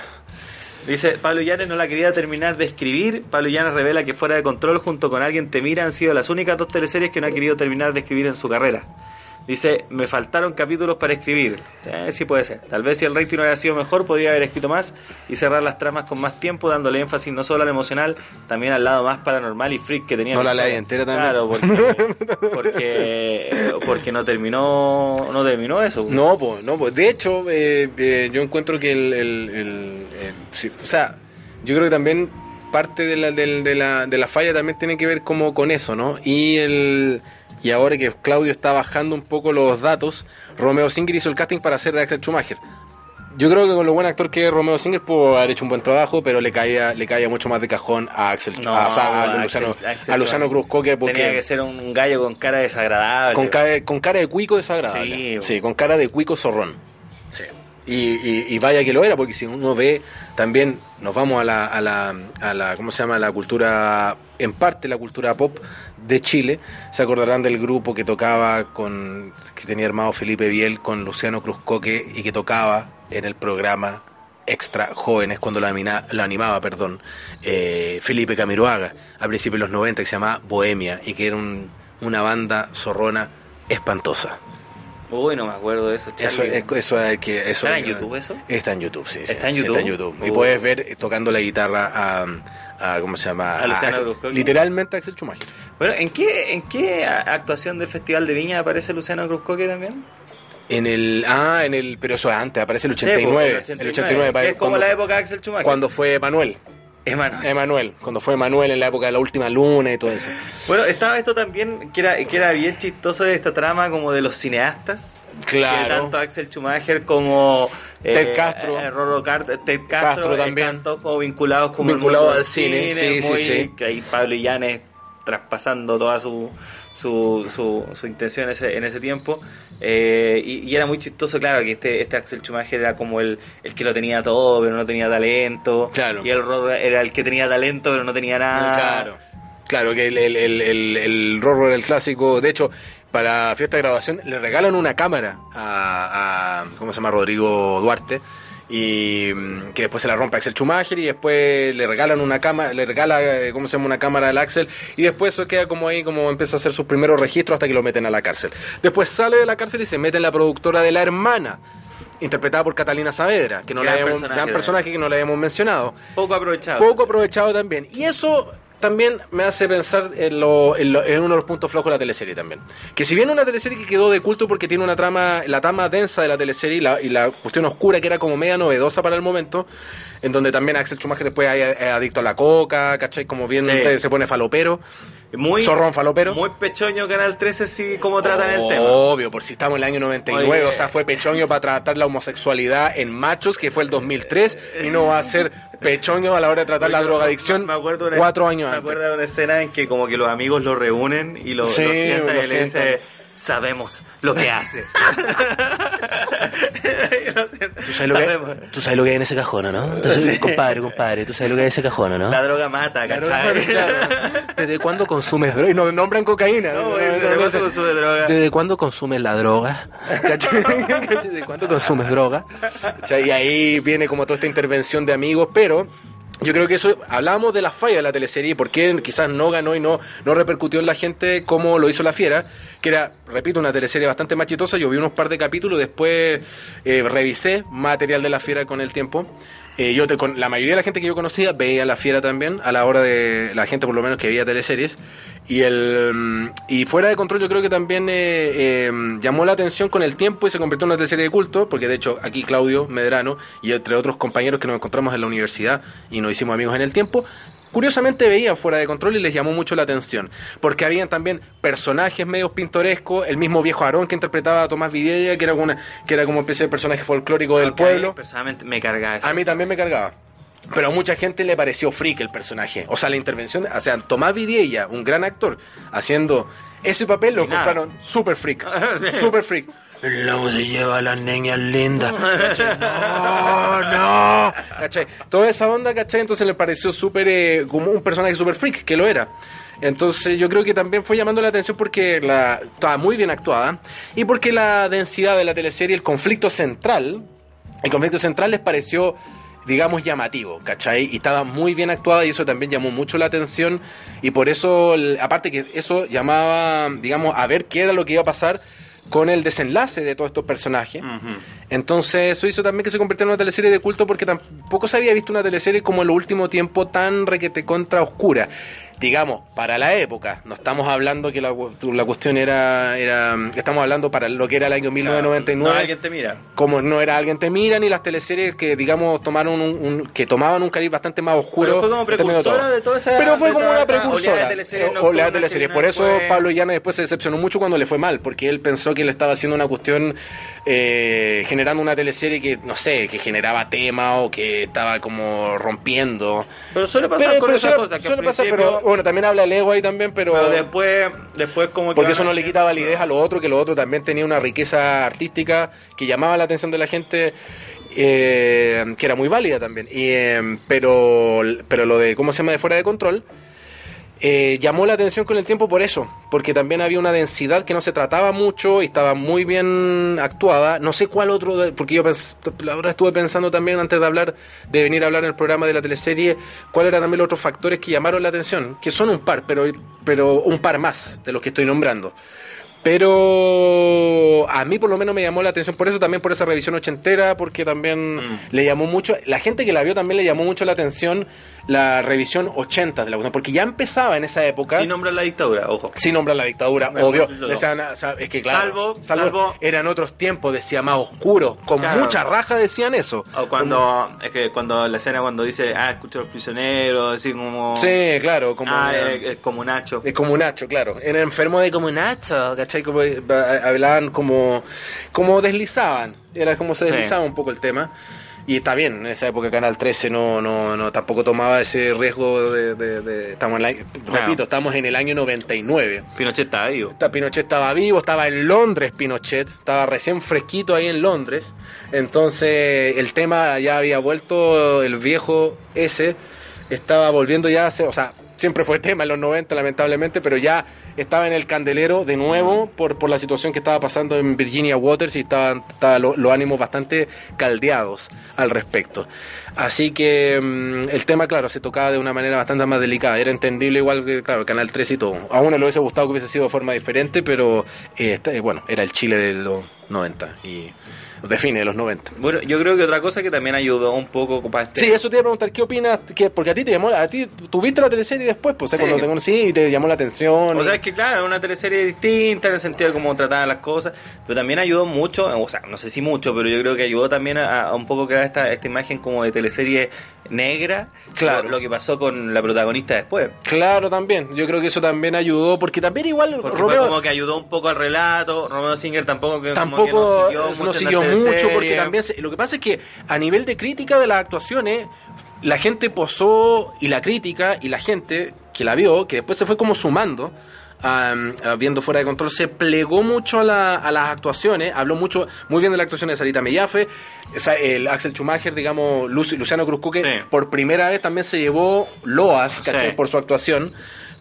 Speaker 2: Dice, Pablo Llanes no la quería terminar de escribir. Pablo Llanes revela que Fuera de Control junto con Alguien Te Mira han sido las únicas dos teleseries que no ha querido terminar de escribir en su carrera. Dice, me faltaron capítulos para escribir. Eh, sí puede ser. Tal vez si el rating hubiera sido mejor, podría haber escrito más y cerrar las tramas con más tiempo, dándole énfasis no solo al emocional, también al lado más paranormal y freak que tenía.
Speaker 3: No la
Speaker 2: historia.
Speaker 3: leí entera también.
Speaker 2: Claro, porque, porque, porque no terminó no terminó eso.
Speaker 3: No, pues, no, pues. De hecho, eh, eh, yo encuentro que el. el- el- el- sí, o sea, yo creo que también parte de la, del- de la, de la falla también tiene que ver como con eso, ¿no? Y el. Y ahora que Claudio está bajando un poco los datos, Romeo Singer hizo el casting para hacer de Axel Schumacher. Yo creo que con lo buen actor que es Romeo Singer pudo haber hecho un buen trabajo, pero le caía, le caía mucho más de cajón a Axel
Speaker 2: No,
Speaker 3: a, o sea, a
Speaker 2: Axel-
Speaker 3: Luciano,
Speaker 2: Axel
Speaker 3: a Luciano
Speaker 2: Schumacher.
Speaker 3: Cruz Cocker porque
Speaker 2: Tenía que ser un gallo con cara desagradable.
Speaker 3: con, ca- con cara de cuico desagradable.
Speaker 2: Sí,
Speaker 3: Sí,
Speaker 2: bueno.
Speaker 3: con cara de cuico zorrón. Y, y- y vaya que lo era, porque si uno ve también, nos vamos a la, a la, a la- ¿cómo se llama? La cultura, en parte la cultura pop de Chile. Se acordarán del grupo que tocaba con, que tenía armado Felipe Biel con Luciano Cruzcoque y que tocaba en el programa Extra Jóvenes, cuando lo, amina- lo animaba, perdón, eh, Felipe Camiroaga, a principios de los 90, que se llamaba Bohemia, y que era un- una banda zorrona espantosa.
Speaker 2: Uy, no me acuerdo de eso.
Speaker 3: Eso,
Speaker 2: Charlie.
Speaker 3: es- eso es que eso
Speaker 2: ¿Está
Speaker 3: es-
Speaker 2: en YouTube eso?
Speaker 3: Está en YouTube, sí. sí,
Speaker 2: ¿Está en
Speaker 3: sí,
Speaker 2: YouTube?
Speaker 3: Y
Speaker 2: Uh.
Speaker 3: puedes ver eh, tocando la guitarra a, a- ¿cómo se llama?
Speaker 2: A Luciano
Speaker 3: Axel-
Speaker 2: Brusco.
Speaker 3: Literalmente a Axel Schumacher.
Speaker 2: Bueno, ¿en qué, ¿en qué a- actuación del Festival de Viña aparece Luciano Cruzcoque también?
Speaker 3: En el ah, en el pero eso es antes, aparece el
Speaker 2: Sí, pues,
Speaker 3: 89, el 89
Speaker 2: que
Speaker 3: para-
Speaker 2: es como
Speaker 3: cuando-
Speaker 2: la época de Axel Schumacher.
Speaker 3: cuando em- fue Manuel,
Speaker 2: Emanuel.
Speaker 3: Emanuel, cuando fue Manuel en la época de la última luna y todo eso.
Speaker 2: Bueno, estaba esto también, que era, que era bien chistoso de esta trama como de los cineastas. Que
Speaker 3: Claro.
Speaker 2: tanto Axel Schumacher como
Speaker 3: Ted Castro.
Speaker 2: eh, Rorro Car- Ted Castro,
Speaker 3: Castro
Speaker 2: eh,
Speaker 3: también.
Speaker 2: tanto como vinculados como
Speaker 3: Vinculados
Speaker 2: el mundo
Speaker 3: al cine, sí, sí,
Speaker 2: muy-
Speaker 3: sí.
Speaker 2: que ahí Pablo Illanes traspasando toda su su, su, su intención en ese, en ese tiempo Eh, y, y era muy chistoso claro que este, este Axel Schumacher era como el, el que lo tenía todo pero no tenía talento
Speaker 3: Claro.
Speaker 2: y el Rorro era el que tenía talento pero no tenía nada
Speaker 3: Claro. Claro que el, el, el, el, el Rorro era el clásico. De hecho, para la fiesta de graduación le regalan una cámara a, a- ¿cómo se llama? Rodrigo Duarte. Y mm, que después se la rompe a Axel Schumacher y después le regalan una cámara, le regala, eh, ¿cómo se llama? Una cámara al Axel. Y después eso queda como ahí, como empieza a hacer sus primeros registros hasta que lo meten a la cárcel. Después sale de la cárcel y se mete en la productora de la hermana, interpretada por Catalina Saavedra, que no
Speaker 2: Gran
Speaker 3: la habíamos,
Speaker 2: personaje ¿eh?
Speaker 3: gran
Speaker 2: también.
Speaker 3: personaje que no la habíamos mencionado
Speaker 2: poco aprovechado
Speaker 3: poco aprovechado también. Y eso también me hace pensar en, lo- en lo- en uno de los puntos flojos de la teleserie también. Que si bien una teleserie que quedó de culto porque tiene una trama, la trama densa de la teleserie y la, y la cuestión oscura que era como media novedosa para el momento, en donde también Axel Schumacher después hay adicto a la coca, ¿cachai? Como bien
Speaker 2: Sí.
Speaker 3: ustedes, se pone falopero.
Speaker 2: muy
Speaker 3: Zorrón falopero. Oh,
Speaker 2: muy pechoño Canal 13 si cómo tratan el tema
Speaker 3: Obvio, por si estamos en el año 99,
Speaker 2: Oye.
Speaker 3: o sea, fue pechoño para tratar la homosexualidad en machos, que fue el 2003, y no va a ser pechoño a la hora de tratar la
Speaker 2: Yo
Speaker 3: drogadicción
Speaker 2: me acuerdo una-
Speaker 3: cuatro años
Speaker 2: me
Speaker 3: antes.
Speaker 2: acuerdo de una escena en que como que los amigos lo reúnen y lo,
Speaker 3: Sí,
Speaker 2: lo sientan
Speaker 3: lo
Speaker 2: y le dice,
Speaker 3: sientan.
Speaker 2: sabemos lo que haces. Y lo sientan.
Speaker 1: ¿Tú sabes, lo
Speaker 2: Sabemos.
Speaker 1: que, tú sabes lo que hay en ese cajón, ¿no? Entonces, compadre, compadre, tú sabes lo que hay en ese cajón, ¿no?
Speaker 2: La droga mata, ¿cachai?
Speaker 3: Claro. ¿Desde cuándo consumes droga? Y nos nombran cocaína. ¿eh?
Speaker 2: No, güey, ¿desde cuándo consumes droga?
Speaker 3: ¿Desde cuándo consumes la droga? ¿Cachai? ¿Desde cuándo consumes droga? O sea, y ahí viene como toda esta intervención de amigos, pero Yo creo que eso, hablábamos de la falla de la teleserie, por qué quizás no ganó y no, no repercutió en la gente como lo hizo La Fiera, que era, repito, una teleserie bastante machitosa. Yo vi unos par de capítulos, después eh, revisé material de La Fiera con el tiempo. Eh, yo te- con la mayoría de la gente que yo conocía veía La Fiera también, a la hora de la gente por lo menos que veía teleseries. Y, el, mm, y fuera de control yo creo que también eh, eh, llamó la atención con el tiempo y se convirtió en una teleserie de culto, porque de hecho aquí Claudio Medrano y entre otros compañeros que nos encontramos en la universidad y nos hicimos amigos en el tiempo, curiosamente veían fuera de control y les llamó mucho la atención, porque habían también personajes medios pintorescos, el mismo viejo Aarón que interpretaba a Tomás Videla, que era, una, que era como una especie de personaje folclórico del
Speaker 2: Aunque a mí
Speaker 3: pueblo.
Speaker 2: personalmente me cargaba eso.
Speaker 3: A mí también me cargaba. Pero a mucha gente le pareció freak el personaje. O sea, la intervención. O sea, Tomás Vidiella, un gran actor, haciendo ese papel, lo
Speaker 2: Y nada.
Speaker 3: encontraron super freak. super freak.
Speaker 1: El lobo se lleva a las niñas lindas.
Speaker 3: ¡Oh, no! ¿Cachai? Toda esa onda, ¿cachai? Entonces le pareció súper. eh, como un personaje súper freak, que lo era. Entonces yo creo que también fue llamando la atención porque la, estaba muy bien actuada y porque la densidad de la teleserie, el conflicto central, el conflicto central les pareció digamos llamativo, ¿cachai? Y estaba muy bien actuada y eso también llamó mucho la atención y por eso, el- aparte que eso llamaba, digamos, a ver qué era lo que iba a pasar con el desenlace de todos estos personajes.
Speaker 2: Ujú.
Speaker 3: Entonces eso hizo también que se convirtiera en una teleserie de culto porque tampoco se había visto una teleserie como en el último tiempo tan requete contra oscura. Digamos, para la época, no estamos hablando que la, cu- la cuestión era, era... Estamos hablando para lo que era el año
Speaker 2: No,
Speaker 3: 1999
Speaker 2: alguien te mira.
Speaker 3: como no era alguien te mira ni las teleseries que digamos tomaron un, un- que tomaban un cariz bastante más oscuro
Speaker 2: Pero fue como
Speaker 3: en términos
Speaker 2: precursora de toda esa-
Speaker 3: pero fue
Speaker 2: de
Speaker 3: como
Speaker 2: toda esa
Speaker 3: una
Speaker 2: oleada
Speaker 3: precursora
Speaker 2: de teleseries
Speaker 3: Eh,
Speaker 2: nocturnas
Speaker 3: oleada de
Speaker 2: que
Speaker 3: teleseries.
Speaker 2: vino
Speaker 3: por eso
Speaker 2: después.
Speaker 3: Pablo Llana después se decepcionó mucho cuando le fue mal porque él pensó que le estaba haciendo una cuestión eh, generando una teleserie que no sé que generaba tema o que estaba como rompiendo
Speaker 2: Pero suele pasar
Speaker 3: pero,
Speaker 2: con
Speaker 3: pero
Speaker 2: esas
Speaker 3: suele-
Speaker 2: cosas. Que al
Speaker 3: suele pasar,
Speaker 2: principio-
Speaker 3: pero bueno también habla el ego ahí también pero,
Speaker 2: pero después, después como que
Speaker 3: porque
Speaker 2: van
Speaker 3: eso no le
Speaker 2: haciendo-
Speaker 3: quita validez a lo otro, que lo otro también tenía una riqueza artística que llamaba la atención de la gente, eh, que era muy válida también. Y, eh, pero, pero lo de, ¿cómo se llama?, de fuera de control, eh, llamó la atención con el tiempo por eso, porque también había una densidad que no se trataba mucho y estaba muy bien actuada. No sé cuál otro, de- porque yo pens- la verdad estuve pensando también antes de hablar, de venir a hablar en el programa de la teleserie, cuáles eran también los otros factores que llamaron la atención, que son un par, pero, pero un par más de los que estoy nombrando. Pero a mí por lo menos me llamó la atención por eso, también por esa revisión ochentera, porque también
Speaker 2: Mm.
Speaker 3: le llamó mucho, la gente que la vio también le llamó mucho la atención la revisión 80 de la cuestión, porque ya empezaba en esa época
Speaker 2: Sin nombrar la dictadura, ojo.
Speaker 3: sin nombrar la dictadura,
Speaker 2: Bueno,
Speaker 3: obvio.
Speaker 2: eso no.
Speaker 3: Decían, ah, sa- es que claro,
Speaker 2: Salvo- salvo-
Speaker 3: eran otros tiempos, decía más oscuros, con
Speaker 2: Claro. Ah,
Speaker 3: mucha raja decían eso.
Speaker 2: O cuando, es que cuando la escena cuando dice, ah, escucho a los prisioneros, así como...
Speaker 3: Sí, claro, como
Speaker 2: ah, eh, eh, como Nacho.
Speaker 3: Es como un Nacho, claro. Era enfermo de como Nacho, ¿cachai? Como, eh, ba- hablaban como, como deslizaban. Era como se deslizaba
Speaker 2: Sí.
Speaker 3: un poco el tema. Y está bien, en esa época Canal 13 no, no, no tampoco tomaba ese riesgo de... de- de- estamos en la- Repito, estamos en el año 99.
Speaker 2: Pinochet está vivo.
Speaker 3: Esta Pinochet estaba vivo, estaba en Londres Pinochet, estaba recién fresquito ahí en Londres. Entonces el tema ya había vuelto, el viejo ese estaba volviendo ya, a ser- o sea, siempre fue tema en los 90 lamentablemente, pero ya estaba en el candelero de nuevo por, por la situación que estaba pasando en Virginia Waters y estaban estaba lo- los ánimos bastante caldeados al respecto. Así que mm, el tema, claro, se tocaba de una manera bastante más delicada. Era entendible igual que, claro, Canal 3 y todo. A uno le hubiese gustado que hubiese sido de forma diferente, pero eh, está- eh, bueno, era el Chile de los 90 y define de los 90.
Speaker 2: Bueno, yo creo que otra cosa que también ayudó un poco para este-
Speaker 3: Sí, eso te iba a preguntar, ¿qué opinas? Que, porque a ti te llamó, a ti tuviste la teleserie después, pues, o sea,
Speaker 2: Sí.
Speaker 3: cuando te conocí y te llamó la atención.
Speaker 2: O sea, es que claro, es una teleserie distinta en el sentido de cómo trataban las cosas, pero también ayudó mucho, o sea, no sé si mucho, pero yo creo que ayudó también a, a un poco crear esta, esta imagen como de teleserie negra,
Speaker 3: Claro.
Speaker 2: lo, lo que pasó con la protagonista después.
Speaker 3: Claro, también. Yo creo que eso también ayudó, porque también igual
Speaker 2: Porque
Speaker 3: Romeo
Speaker 2: fue como que ayudó un poco al relato, Romeo Singer tampoco que, como que
Speaker 3: tampoco
Speaker 2: no
Speaker 3: no siguió
Speaker 2: en la
Speaker 3: mucho,
Speaker 2: teleserie.
Speaker 3: porque también se- lo que pasa es que a nivel de crítica de las actuaciones la gente posó y la crítica y la gente que la vio que después se fue como sumando a, a viendo fuera de control se plegó mucho a, la- a las actuaciones habló mucho muy bien de la actuación de Sarita Mellafe esa- el Axel Schumacher digamos Lu- Luciano Cruzcuque
Speaker 2: Sí.
Speaker 3: por primera vez también se llevó loas ¿cachai?
Speaker 2: Sí.
Speaker 3: por su actuación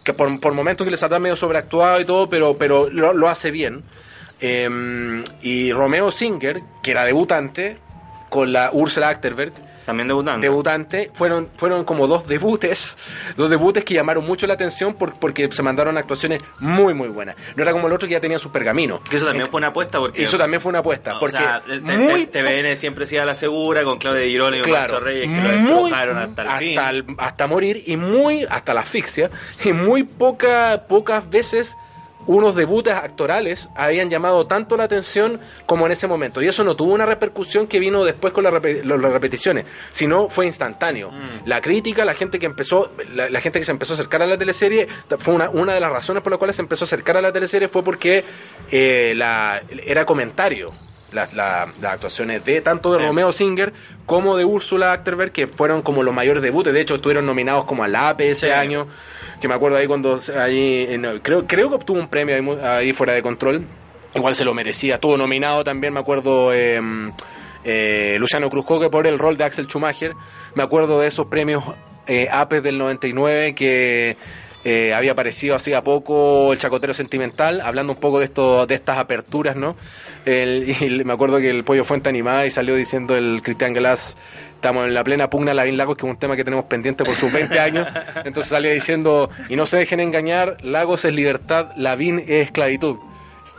Speaker 3: que por, por momentos que les está medio sobreactuado y todo pero pero lo, lo hace bien Em, y Romeo Singer, que era debutante, con la Ursula Achterberg,
Speaker 2: También debutante.
Speaker 3: debutante. Fueron, fueron como dos debutes, dos debutes que llamaron mucho la atención por- porque se mandaron actuaciones muy, muy buenas. No era como el otro que ya tenía sus pergaminos.
Speaker 2: que eso también fue una apuesta porque...
Speaker 3: Eso también fue una apuesta,
Speaker 2: No,
Speaker 3: porque
Speaker 2: o sea, el- el-
Speaker 3: muy
Speaker 2: el TVN siempre se iba a la segura con Claudia Di Girolamo y
Speaker 3: claro,
Speaker 2: Pancho Reyes que lo
Speaker 3: muy,
Speaker 2: destrozaron hasta el fin.
Speaker 3: hasta, el- hasta morir y muy hasta la asfixia y muy poca, pocas veces unos debutas actorales habían llamado tanto la atención como en ese momento y eso no tuvo una repercusión que vino después con las repe- lo- las repeticiones sino fue instantáneo
Speaker 2: Mm.
Speaker 3: la crítica la gente que empezó la, la gente que se empezó a acercar a la teleserie ta- fue una, una de las razones por las cuales se empezó a acercar a la teleserie fue porque eh, la, era comentario las, la- las actuaciones de tanto de
Speaker 2: Sí.
Speaker 3: Romeo Singer como de Úrsula Acterberg, que fueron como los mayores debuts. De hecho, estuvieron nominados como al APE E ese
Speaker 2: Sí.
Speaker 3: año. Que me acuerdo ahí cuando se- ahí en- creo, creo que obtuvo un premio ahí, mu- ahí fuera de control. Igual se lo merecía. Estuvo nominado también, me acuerdo, eh, eh, Luciano Cruzcoque por el rol de Axel Schumacher. Me acuerdo de esos premios eh, APE del 99 que eh, había aparecido hacía poco el Chacotero Sentimental, hablando un poco de esto, de estas aperturas, ¿no? El- y el- me acuerdo que el Pollo Fuente animaba y salió diciendo el Cristian Glass, estamos en la plena pugna Lavín Lagos, que es un tema que tenemos pendiente por sus 20 años. Entonces salía diciendo, y no se dejen engañar, Lagos es libertad, Lavín es esclavitud.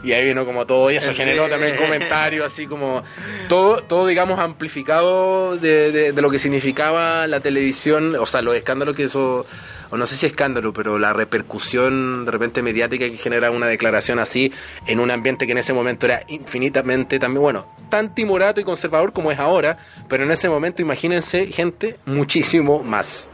Speaker 3: Y ahí vino como todo, y eso
Speaker 2: Sí.
Speaker 3: generó también comentarios, así como todo, todo digamos, amplificado de, de- de lo que significaba la televisión, o sea, los escándalos que eso, o no sé si escándalo, pero la repercusión de repente mediática que genera una declaración así en un ambiente que en ese momento era infinitamente también, bueno, tan timorato y conservador como es ahora, pero en ese momento, imagínense, gente, muchísimo más.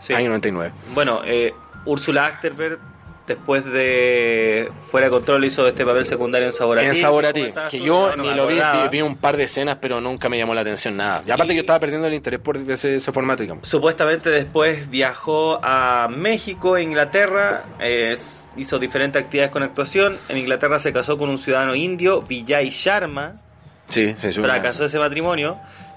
Speaker 2: Sí.
Speaker 3: Año 99.
Speaker 2: Bueno, eh, Úrsula Achterberg después de Fuera de Control hizo este papel secundario en Sabor a
Speaker 3: En
Speaker 2: Ti.
Speaker 3: Sabor a ti,
Speaker 2: Como estaba
Speaker 3: que
Speaker 2: su-
Speaker 3: yo
Speaker 2: no
Speaker 3: ni
Speaker 2: me
Speaker 3: lo vi,
Speaker 2: acordaba.
Speaker 3: vi, vi un par de escenas, pero nunca me llamó la atención nada. Y aparte que estaba perdiendo el interés por ese, ese formato, digamos.
Speaker 2: Supuestamente después viajó a México, e Inglaterra, eh, s- hizo diferentes actividades con actuación. En Inglaterra se casó con un ciudadano indio, Vijay Sharma,
Speaker 3: Sí, sí, sí.
Speaker 2: fracasó ese matrimonio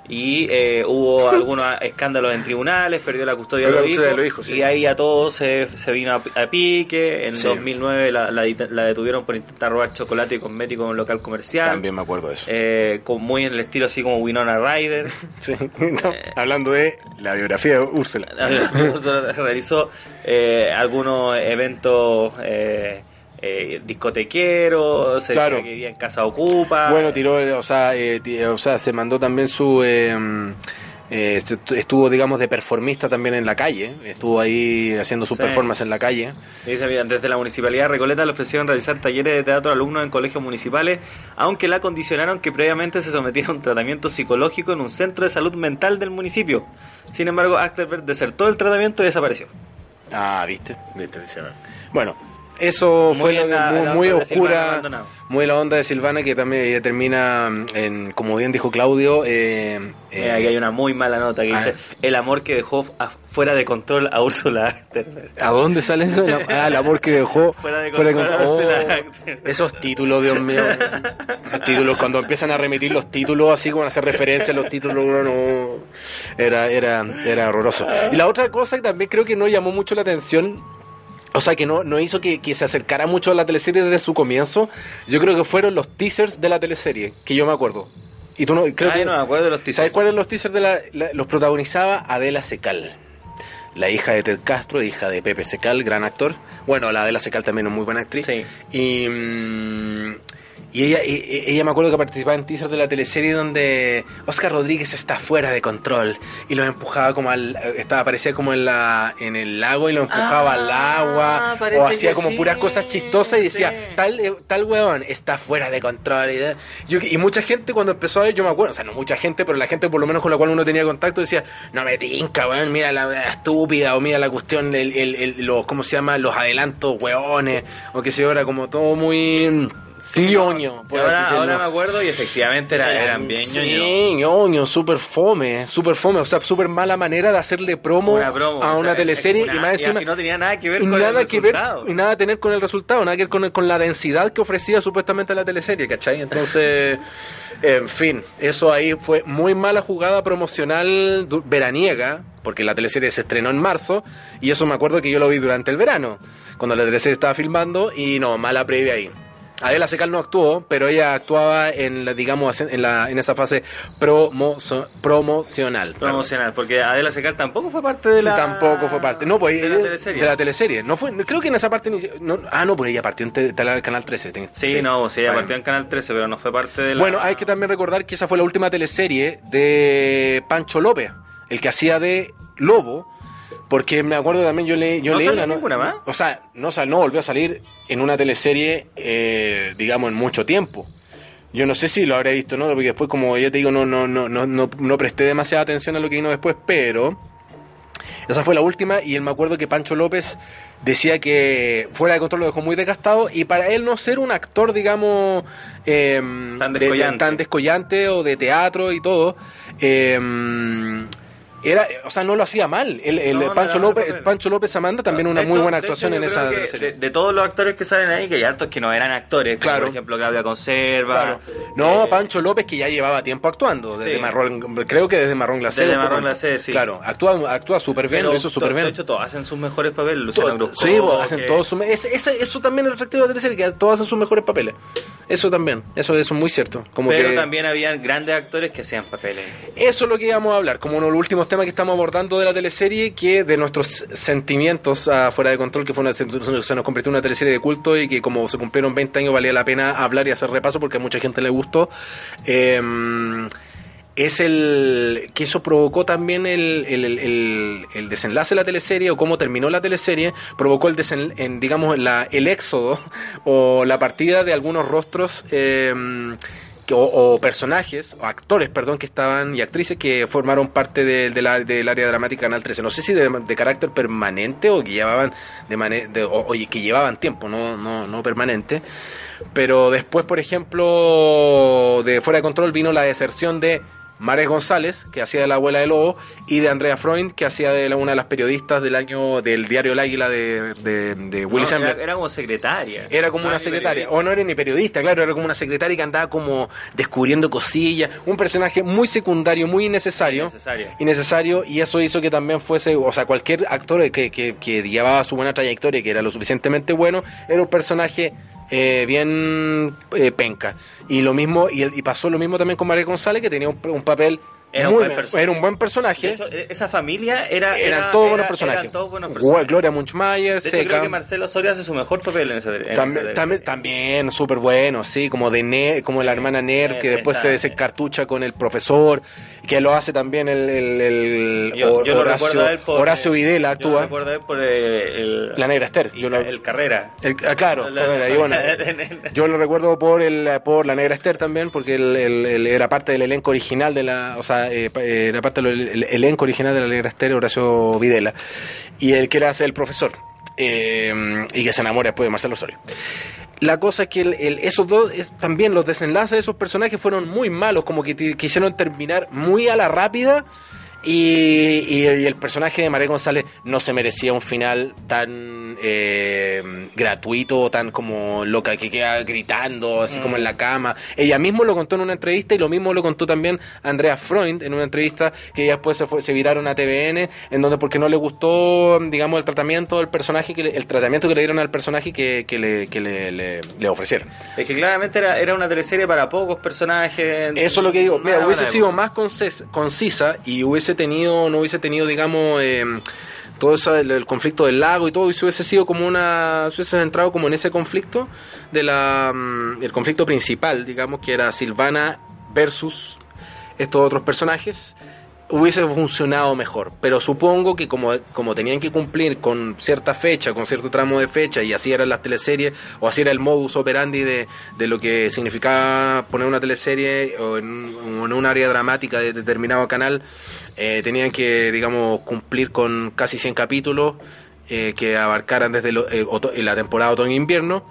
Speaker 2: y eh, hubo algunos escándalos en tribunales, perdió la custodia,
Speaker 3: Perdió
Speaker 2: de, los
Speaker 3: la custodia
Speaker 2: hijos,
Speaker 3: de los hijos, sí.
Speaker 2: y ahí a todos se, se vino a, a pique, en
Speaker 3: Sí.
Speaker 2: 2009 la, la dite- la detuvieron por intentar robar chocolate y cosméticos en un local comercial,
Speaker 3: También me acuerdo de eso.
Speaker 2: Eh, con muy en el estilo así como Winona Ryder,
Speaker 3: Sí, no, hablando de la biografía de Úrsula.
Speaker 2: realizó eh, algunos eventos... eh, eh, discotequeros, se
Speaker 3: Claro.
Speaker 2: decía que vivía en casa ocupa.
Speaker 3: Bueno, tiró, eh, o sea, eh, ti- eh, o sea, se mandó también su... eh, eh, se- estuvo, digamos, de performista también en la calle. Estuvo ahí haciendo su
Speaker 2: Sí.
Speaker 3: performance en la calle.
Speaker 2: Dice, mira, desde la Municipalidad de Recoleta le ofrecieron realizar talleres de teatro a alumnos en colegios municipales, aunque la condicionaron que previamente se sometiera a un tratamiento psicológico en un centro de salud mental del municipio. Sin embargo, Achterberg desertó el tratamiento y desapareció.
Speaker 3: Ah, ¿viste? Bueno, eso
Speaker 2: Muy
Speaker 3: fue
Speaker 2: en
Speaker 3: lo-
Speaker 2: la-
Speaker 3: muy,
Speaker 2: la
Speaker 3: muy
Speaker 2: onda de Silvana
Speaker 3: oscura,
Speaker 2: Maldonado.
Speaker 3: muy la onda de Silvana que también ella termina mm, en, como bien dijo Claudio, eh, eh,
Speaker 2: Mira, aquí hay una muy mala nota que
Speaker 3: ah.
Speaker 2: dice, el amor que dejó a- fuera de control a Úrsula Achterberg.
Speaker 3: ¿A dónde sale eso? La- Ah, el amor que dejó.
Speaker 2: Fuera de
Speaker 3: con-
Speaker 2: control,
Speaker 3: oh,
Speaker 2: Úrsula.
Speaker 3: esos títulos, Dios mío. Esos títulos, cuando empiezan a remitir los títulos, así como a hacer referencia a los títulos, uno no. Era, era, era horroroso. Y la otra cosa que también creo que no llamó mucho la atención. O sea, que no, no hizo que, que se acercara mucho a la teleserie desde su comienzo. Yo creo que fueron los teasers de la teleserie, que yo me acuerdo. Y tú no, creo
Speaker 2: Ay,
Speaker 3: que.
Speaker 2: no me acuerdo de los
Speaker 3: ¿Sabes
Speaker 2: teasers.
Speaker 3: cuáles eran los teasers de la, la- los protagonizaba Adela Secal? La hija de Ted Castro, hija de Pepe Secal, gran actor. Bueno, la Adela Secal también es muy buena actriz.
Speaker 2: Sí.
Speaker 3: Y, mm, y ella, e- e- ella me acuerdo que participaba en teasers de la teleserie donde Oscar Rodríguez está fuera de control y los empujaba como al. Estaba, aparecía como en, la, en el lago y lo empujaba
Speaker 2: Ah,
Speaker 3: al agua.
Speaker 2: parece
Speaker 3: O hacía
Speaker 2: que
Speaker 3: como
Speaker 2: sí,
Speaker 3: puras cosas chistosas y decía,
Speaker 2: sí.
Speaker 3: tal, eh, tal weón está fuera de control. Y, de- yo- y mucha gente cuando empezó a ver, yo me acuerdo, o sea, no mucha gente, pero la gente por lo menos con la cual uno tenía contacto decía, no me tinca, weón, mira la, la estúpida, o mira la cuestión, el, el- el- los, ¿cómo se llama? Los adelantos, weones, o qué sé yo, era como todo muy... ñoño,
Speaker 2: Sí,
Speaker 3: por así
Speaker 2: ahora
Speaker 3: decirlo.
Speaker 2: ahora me acuerdo y efectivamente era- eran bien ñoños.
Speaker 3: Sí, ñoño, súper fome, súper fome, o sea, súper mala manera de hacerle promo,
Speaker 2: Una promo,
Speaker 3: a
Speaker 2: o sea,
Speaker 3: una
Speaker 2: es- es
Speaker 3: teleserie
Speaker 2: una-
Speaker 3: y más encima
Speaker 2: y no tenía nada que ver
Speaker 3: y
Speaker 2: con
Speaker 3: nada
Speaker 2: el
Speaker 3: que ver
Speaker 2: resultado.
Speaker 3: y nada a tener con el resultado, nada que ver con, el- con la densidad que ofrecía supuestamente la teleserie, ¿cachai? Entonces, en fin, eso ahí fue muy mala jugada promocional du- veraniega, porque la teleserie se estrenó en marzo, y eso me acuerdo que yo lo vi durante el verano, cuando la teleserie estaba filmando, y no, mala previa ahí. Adela Secal no actuó, pero ella actuaba en la, digamos, en, la, en esa fase promoso- promocional. perdón.
Speaker 2: Promocional, porque Adela Secal tampoco fue parte de la.
Speaker 3: Tampoco fue parte. No, pues
Speaker 2: de la
Speaker 3: eh,
Speaker 2: teleserie.
Speaker 3: de la teleserie. No fue, creo que en esa parte ni si- no- Ah, no, pues ella partió en te- tal- Canal 13. ten-
Speaker 2: Sí, no, sí, ella
Speaker 3: Bueno.
Speaker 2: partió en Canal 13, pero no fue parte de la.
Speaker 3: Bueno, hay que también recordar que esa fue la última teleserie de Pancho López, el que hacía de Lobo, porque me acuerdo también yo le yo
Speaker 2: ¿No
Speaker 3: leí
Speaker 2: salió
Speaker 3: una no-
Speaker 2: ninguna más?
Speaker 3: O sea, no sal- no volvió a salir en una teleserie eh, digamos en mucho tiempo. Yo no sé si lo habré visto, ¿no? Porque después, como ya te digo, no, no, no, no, no, no presté demasiada atención a lo que vino después, pero esa fue la última y él me acuerdo que Pancho López decía que fuera de control lo dejó muy desgastado y para él no ser un actor, digamos, eh,
Speaker 2: Tan
Speaker 3: de-
Speaker 2: descollante.
Speaker 3: tan descollante o de teatro y todo, eh, era, o sea, no lo hacía mal. El, el
Speaker 2: No, no
Speaker 3: Pancho,
Speaker 2: era mal
Speaker 3: López,
Speaker 2: papel.
Speaker 3: Pancho López Amanda también una
Speaker 2: De
Speaker 3: muy
Speaker 2: hecho-
Speaker 3: buena
Speaker 2: de hecho,
Speaker 3: actuación
Speaker 2: yo
Speaker 3: en
Speaker 2: creo
Speaker 3: esa
Speaker 2: que
Speaker 3: serie.
Speaker 2: De, de todos los actores que salen ahí, que hay hartos que no eran actores, como
Speaker 3: Claro.
Speaker 2: por ejemplo Claudia Conserva.
Speaker 3: Claro. No,
Speaker 2: eh,
Speaker 3: Pancho López que ya llevaba tiempo actuando, desde
Speaker 2: Sí.
Speaker 3: Marrón, creo que desde Marrón Glacé.
Speaker 2: Desde
Speaker 3: fue
Speaker 2: Marrón
Speaker 3: cuando-
Speaker 2: Glacé, sí.
Speaker 3: Claro, actúa, actúa súper bien,
Speaker 2: pero
Speaker 3: lo hizo
Speaker 2: to-
Speaker 3: súper bien.
Speaker 2: De hecho, todos hacen sus mejores papeles. Luciano
Speaker 3: Todo-
Speaker 2: Brusco.
Speaker 3: Sí, pues, hacen todos sus. ese- ese- Eso también es atractivo de la tercera, que todos hacen sus mejores papeles. Eso también, eso, eso es muy cierto. Como
Speaker 2: Pero
Speaker 3: que,
Speaker 2: también habían grandes actores que hacían papeles.
Speaker 3: Eso es lo que íbamos a hablar, como uno de los últimos temas que estamos abordando de la teleserie, que de nuestros sentimientos ah, fuera de control, que fue una, se se nos convirtió en una teleserie de culto y que como se cumplieron 20 años valía la pena hablar y hacer repaso porque a mucha gente le gustó. Em, es el que eso provocó también el, el- el- el- el desenlace de la teleserie o cómo terminó la teleserie, provocó el desen- en, digamos la, el éxodo o la partida de algunos rostros eh, que- o, o personajes o actores, perdón, que estaban y actrices que formaron parte de- de la- del área dramática de Canal 13. No sé si de, de carácter permanente o que llevaban de mane- de- o- oye, que llevaban tiempo, no, no, no permanente. Pero después, por ejemplo, de Fuera de Control vino la deserción de Mares González, que hacía de la abuela de Lobo, y de Andrea Freund, que hacía de la- una de las periodistas del año del diario El Águila de, de, de Willy
Speaker 2: No, era,
Speaker 3: Sandberg.
Speaker 2: era como secretaria.
Speaker 3: Era como
Speaker 2: Ah,
Speaker 3: una
Speaker 2: y
Speaker 3: secretaria,
Speaker 2: periodista.
Speaker 3: o no era ni periodista, claro, era como una secretaria que andaba como descubriendo cosillas, un personaje muy secundario, muy innecesario,
Speaker 2: Innecesaria.
Speaker 3: innecesario, y eso hizo que también fuese, o sea, cualquier actor que, que, que llevaba su buena trayectoria, y que era lo suficientemente bueno, era un personaje eh, bien eh, penca. Y lo mismo, y, y pasó lo mismo también con María González, que tenía un, un papel...
Speaker 2: Era un
Speaker 3: muy
Speaker 2: buen
Speaker 3: bien,
Speaker 2: personaje.
Speaker 3: era un buen personaje.
Speaker 2: De hecho, e- esa familia era,
Speaker 3: eran
Speaker 2: era-
Speaker 3: todos
Speaker 2: era-
Speaker 3: buenos personajes.
Speaker 2: eran todos buenos
Speaker 3: Gua-
Speaker 2: personajes.
Speaker 3: Gloria Munchmeyer,
Speaker 2: de hecho,
Speaker 3: Seca.
Speaker 2: creo que Marcelo Soria hace su mejor papel en esa en esa
Speaker 3: También, también,
Speaker 2: teleserie.
Speaker 3: también súper bueno, sí, como de Ner- como la hermana Ner,
Speaker 2: Ner,
Speaker 3: que después se
Speaker 2: está-
Speaker 3: desencartucha con el profesor, que lo hace también el, el- el
Speaker 2: Yo-
Speaker 3: Hor-
Speaker 2: yo lo
Speaker 3: Horacio,
Speaker 2: recuerdo a él por,
Speaker 3: Horacio
Speaker 2: eh,
Speaker 3: Videla
Speaker 2: yo lo
Speaker 3: actúa,
Speaker 2: recuerdo a él por eh, el,
Speaker 3: la negra Esther, yo
Speaker 2: y
Speaker 3: lo,
Speaker 2: el Carrera.
Speaker 3: el- ah, claro,
Speaker 2: La-
Speaker 3: claro, y bueno, yo lo recuerdo por el por la negra Esther también, porque él, él- él era parte del elenco original de la, o sea, eh, pa- eh, era parte del el- elenco original de la negra Esther, Horacio Videla, y el que era el profesor, eh, y que se enamora después de Marcelo Osorio. La cosa es que el- el- esos dos, es- también los desenlaces de esos personajes fueron muy malos, como que ti- quisieron terminar muy a la rápida. Y, y- y el personaje de María González no se merecía un final tan eh, gratuito, tan como loca que queda gritando, así como en la cama. Ella mismo lo contó en una entrevista y lo mismo lo contó también Andrea Freund en una entrevista que ella después se, fue, se viraron a TVN, en donde porque no le gustó, digamos, el tratamiento del personaje, que le- el tratamiento que le dieron al personaje que, que le, que le- le- le ofrecieron.
Speaker 2: Es que claramente era, era una teleserie para pocos personajes.
Speaker 3: Eso es lo que digo. Mira,
Speaker 2: Una
Speaker 3: hubiese
Speaker 2: buena
Speaker 3: sido
Speaker 2: época.
Speaker 3: más conces- concisa y hubiese tenido, no hubiese tenido, digamos, eh, todo eso, el, el conflicto del lago y todo, y se hubiese sido como una, se hubiese entrado como en ese conflicto de la, mm, el conflicto principal, digamos, que era Silvana versus estos otros personajes hubiese funcionado mejor, pero supongo que como, como tenían que cumplir con cierta fecha, con cierto tramo de fecha, y así eran las teleseries, o así era el modus operandi de, de lo que significaba poner una teleserie o en, un- o en un área dramática de determinado canal, eh, tenían que, digamos, cumplir con casi 100 capítulos eh, que abarcaran desde lo- eh, oto- la temporada otoño-invierno,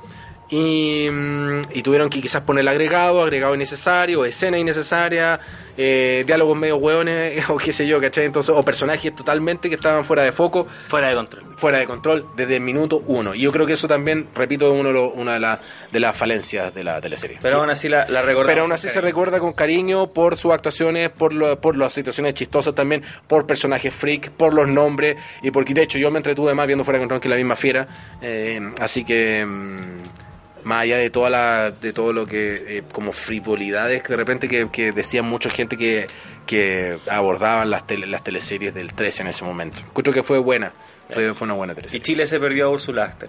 Speaker 3: y, mm, y tuvieron que quizás poner agregado, agregado innecesario, escena innecesaria, eh, diálogos medio hueones, o qué sé yo, ¿cachai? Entonces, o personajes totalmente que estaban fuera de foco,
Speaker 2: Fuera de control.
Speaker 3: fuera de control, desde el minuto uno. Y yo creo que eso también, repito, es uno de los- una de, la- de las falencias de la teleserie.
Speaker 2: Pero aún así la, la recordamos.
Speaker 3: Pero aún así se recuerda con cariño por sus actuaciones, por, lo- por las situaciones chistosas también, por personajes freak, por los nombres y porque de hecho yo me entretuve más viendo Fuera de Control que la misma fiera. eh, así que... mm, Más allá de toda la, de todo lo que, eh, como frivolidades que de repente que, que decían mucha gente que, que abordaban las, tele- las teleseries del 13 en ese momento. Creo que fue buena, fue, fue una buena
Speaker 2: Y
Speaker 3: teleserie.
Speaker 2: Chile se perdió a Ursula Aster.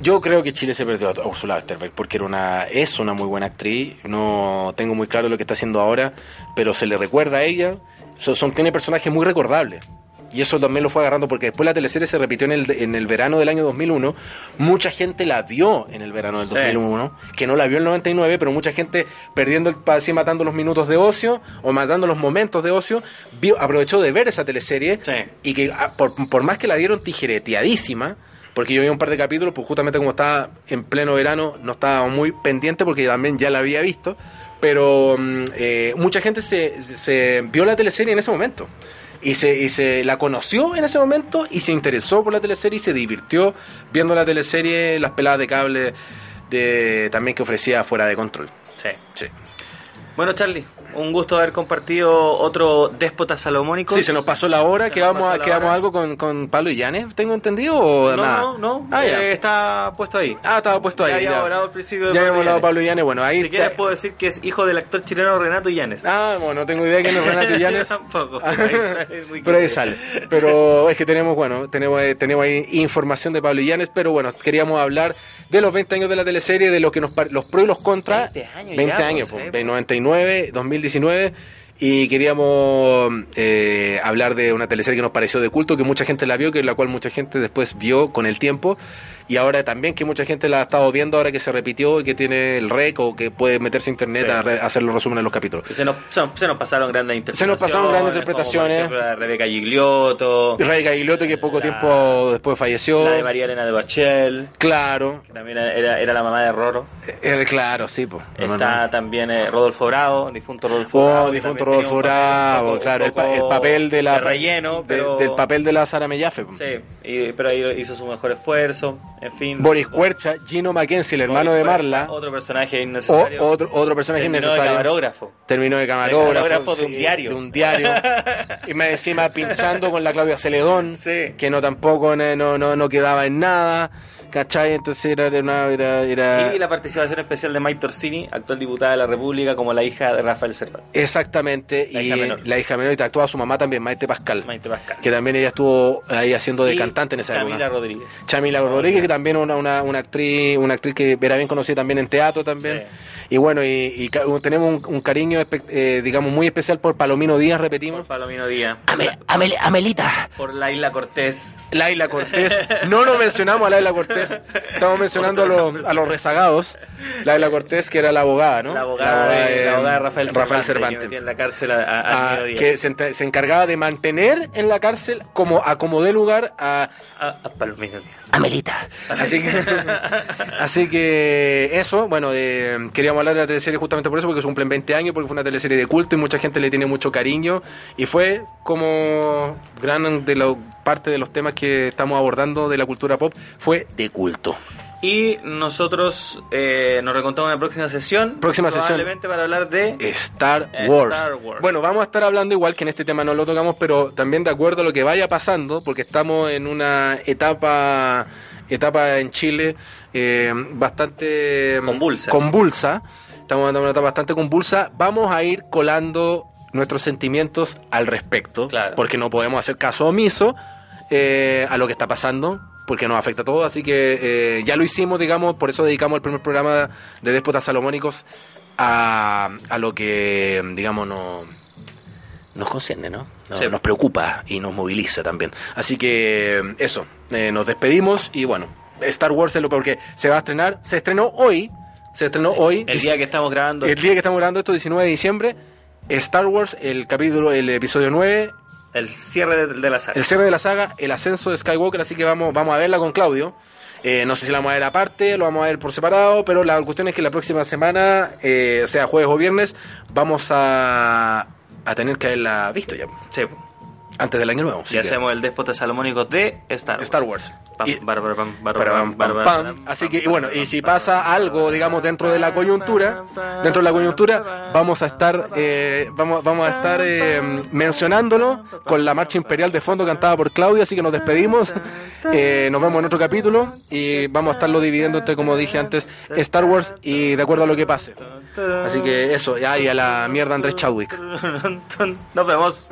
Speaker 3: Yo creo que Chile se perdió a Ursula Asterberg porque era una, es una muy buena actriz. No tengo muy claro lo que está haciendo ahora, pero se le recuerda a ella. So- son, tiene personajes muy recordables. Y eso también lo fue agarrando porque después la teleserie se repitió en el, en el verano del año 2001. Mucha gente la vio en el verano del
Speaker 2: Sí.
Speaker 3: 2001, que no la vio en el 99, pero mucha gente perdiendo, el, así matando los minutos de ocio o matando los momentos de ocio, vio, aprovechó de ver esa teleserie
Speaker 2: Sí.
Speaker 3: y que ah, por, por más que la dieron tijereteadísima, porque yo vi un par de capítulos, pues justamente como estaba en pleno verano, no estaba muy pendiente porque también ya la había visto, pero mm, eh, mucha gente se, se- se vio la teleserie en ese momento. Y se, y se la conoció en ese momento y se interesó por la teleserie y se divirtió viendo la teleserie, las peladas de cable de, también que ofrecía fuera de control.
Speaker 2: Sí.
Speaker 3: Sí.
Speaker 2: Bueno, Charlie, un gusto haber compartido otro déspota salomónico.
Speaker 3: Sí, se nos pasó la hora,
Speaker 2: Se nos
Speaker 3: quedamos,
Speaker 2: pasó la
Speaker 3: quedamos
Speaker 2: hora.
Speaker 3: algo con, con Pablo y Llanes, tengo entendido, o
Speaker 2: No,
Speaker 3: nada.
Speaker 2: no, no.
Speaker 3: Ah, ya.
Speaker 2: eh, está puesto ahí.
Speaker 3: Ah, estaba puesto
Speaker 2: Ya
Speaker 3: ahí.
Speaker 2: habíamos hablado al principio de
Speaker 3: Ya habíamos
Speaker 2: Pablo
Speaker 3: hablado de
Speaker 2: Illanes.
Speaker 3: Pablo Illanes. Bueno, ahí.
Speaker 2: si quieres
Speaker 3: está-
Speaker 2: puedo decir que es hijo del actor chileno Renato Illanes.
Speaker 3: Ah, bueno, no tengo idea de quién es Renato
Speaker 2: Yo
Speaker 3: Illanes.
Speaker 2: tampoco. Ahí sale muy
Speaker 3: pero ahí
Speaker 2: bien.
Speaker 3: sale. Pero es que tenemos, bueno, tenemos, eh, tenemos ahí información de Pablo Illanes. Pero bueno, queríamos hablar de los 20 años de la teleserie, de lo que nos par- los pros y los contras.
Speaker 2: 20 años
Speaker 3: 20
Speaker 2: ya,
Speaker 3: años,
Speaker 2: pues,
Speaker 3: pues,
Speaker 2: eh,
Speaker 3: de
Speaker 2: pues.
Speaker 3: 99, 2019. Y queríamos eh, hablar de una teleserie que nos pareció de culto, que mucha gente la vio, que la cual mucha gente después vio con el tiempo. Y ahora también que mucha gente la ha estado viendo, ahora que se repitió y que tiene el rec o que puede meterse a internet
Speaker 2: Sí.
Speaker 3: a re- a hacer los resúmenes de los capítulos.
Speaker 2: Se nos, se nos- se nos pasaron grandes interpretaciones.
Speaker 3: Se nos pasaron grandes interpretaciones.
Speaker 2: Como, por ejemplo, la de Rebeca Gigliotto.
Speaker 3: Ray Gagliotti que poco
Speaker 2: La-
Speaker 3: tiempo después falleció.
Speaker 2: La de María Elena de Bachel.
Speaker 3: Claro,
Speaker 2: Que también era, era la mamá de Roro.
Speaker 3: Eh, claro, sí, po. No, no,
Speaker 2: Está
Speaker 3: no.
Speaker 2: también eh, Rodolfo Bravo, difunto Rodolfo
Speaker 3: Oh,
Speaker 2: Bravo. que
Speaker 3: difunto
Speaker 2: también tenía un
Speaker 3: Rodolfo
Speaker 2: papel un
Speaker 3: Bravo,
Speaker 2: poco-
Speaker 3: claro, el,
Speaker 2: un poco
Speaker 3: pa- el papel de la
Speaker 2: relleno,
Speaker 3: de-
Speaker 2: pero-
Speaker 3: del papel de la Sara Mellafe. po.
Speaker 2: Sí, y- pero ahí hizo su mejor esfuerzo. En fin.
Speaker 3: Boris Cuercha, Gino Mackenzie, el hermano de
Speaker 2: Boris Cuercha,
Speaker 3: Marla,
Speaker 2: Otro personaje
Speaker 3: o
Speaker 2: innecesario.
Speaker 3: otro otro personaje
Speaker 2: Terminó de
Speaker 3: innecesario.
Speaker 2: camarógrafo.
Speaker 3: Terminó de
Speaker 2: De
Speaker 3: camarógrafo,
Speaker 2: camarógrafo de un
Speaker 3: sí,
Speaker 2: diario.
Speaker 3: de un diario. y más encima pinchando con la Claudia Celedón,
Speaker 2: Sí.
Speaker 3: que no tampoco no, no, no- no quedaba en nada, ¿cachai? Entonces era, era una- era- era-
Speaker 2: Y la participación especial de Mike Torsini, actual diputada de la República, como la hija de Rafael Servat.
Speaker 3: Exactamente,
Speaker 2: La
Speaker 3: y
Speaker 2: hija menor.
Speaker 3: la hija menor y actuaba su mamá también, Maite Pascal,
Speaker 2: Maite Pascal.
Speaker 3: que también ella estuvo ahí haciendo de cantante en esa
Speaker 2: Camila
Speaker 3: época.
Speaker 2: Rodríguez.
Speaker 3: Chamila Rodríguez, que también una, una, una actriz una actriz que era bien conocida también en teatro también. Y bueno, y, y ca- tenemos un, un cariño, espe- eh, digamos, muy especial por Palomino Díaz,
Speaker 2: Por
Speaker 3: repetimos.
Speaker 2: Palomino Díaz.
Speaker 1: Amel- Amel- Amelita.
Speaker 2: Por Laila Cortés.
Speaker 3: Laila Cortés. No nos mencionamos a Laila Cortés. Estamos mencionando a los, a los rezagados. Laila Cortés, que era la abogada, ¿no?
Speaker 2: La abogada, de, la abogada de Rafael,
Speaker 3: Rafael
Speaker 2: Que
Speaker 3: Cervantes.
Speaker 2: metió en la cárcel a, a- a
Speaker 3: Ah,
Speaker 2: Almiro Díaz.
Speaker 3: que se, enta- se encargaba de mantener en la cárcel como acomodé lugar a
Speaker 2: A, a Palomino Díaz.
Speaker 1: Amelita.
Speaker 3: así que así que eso bueno eh, queríamos hablar de la teleserie justamente por eso porque se cumplen 20 años porque fue una teleserie de culto y mucha gente le tiene mucho cariño y fue como gran de la parte de los temas que estamos abordando de la cultura pop fue de culto
Speaker 2: Y nosotros eh, nos recontamos en la próxima sesión.
Speaker 3: Próxima sesión. Eh,
Speaker 2: Probablemente para hablar de.
Speaker 3: Star
Speaker 2: Eh, Star
Speaker 3: Wars.
Speaker 2: Wars.
Speaker 3: Bueno, vamos a estar hablando igual que en este tema no lo tocamos, pero también de acuerdo a lo que vaya pasando, porque estamos en una etapa etapa en Chile eh, bastante mm,
Speaker 2: Convulsa.
Speaker 3: convulsa. Estamos en una etapa bastante convulsa. Vamos a ir colando nuestros sentimientos al respecto,
Speaker 2: Claro.
Speaker 3: porque no podemos hacer caso omiso eh, a lo que está pasando, porque nos afecta a todos. Así que eh, ya lo hicimos, digamos, por eso dedicamos el primer programa de Déspotas Salomónicos a, a lo que, digamos, no, nos concierne, ¿no? No,
Speaker 2: Sí.
Speaker 3: Nos preocupa y nos moviliza también. Así que eh, eso, eh, nos despedimos y bueno, Star Wars es lo porque se va a estrenar, se estrenó hoy, se estrenó hoy,
Speaker 2: El día que estamos grabando.
Speaker 3: el
Speaker 2: El,
Speaker 3: día que estamos grabando esto, 19 de diciembre, Star Wars, el capítulo, el episodio 9,
Speaker 2: cierre de, de la sala.
Speaker 3: el cierre de la saga, el ascenso de Skywalker, así que vamos, vamos a verla con Claudio. Eh, no sé si la vamos a ver aparte, lo vamos a ver por separado, pero la cuestión es que la próxima semana, eh, sea jueves o viernes, vamos a, a tener que haberla visto ya.
Speaker 2: Sí.
Speaker 3: Antes del año nuevo.
Speaker 2: Y hacemos el déspota salomónico de Star Wars.
Speaker 3: Star Wars.
Speaker 2: Pam,
Speaker 3: Y-
Speaker 2: bárbara, pam, bárbara,
Speaker 3: Pero pam,
Speaker 2: pam,
Speaker 3: pam,
Speaker 2: bárbara,
Speaker 3: pam.
Speaker 2: pam,
Speaker 3: Así
Speaker 2: pam,
Speaker 3: que, y bueno,
Speaker 2: pam,
Speaker 3: y si
Speaker 2: pam, pam,
Speaker 3: pasa algo, digamos, dentro de la coyuntura, dentro de la coyuntura, vamos a estar, eh, vamos, vamos a estar eh, mencionándolo con la marcha imperial de fondo cantada por Claudio, así que nos despedimos, eh, nos vemos en otro capítulo y vamos a estarlo dividiendo entre, como dije antes, Star Wars y de acuerdo a lo que pase. Así que eso, ya y a la mierda Andrés Chadwick.
Speaker 2: Nos vemos.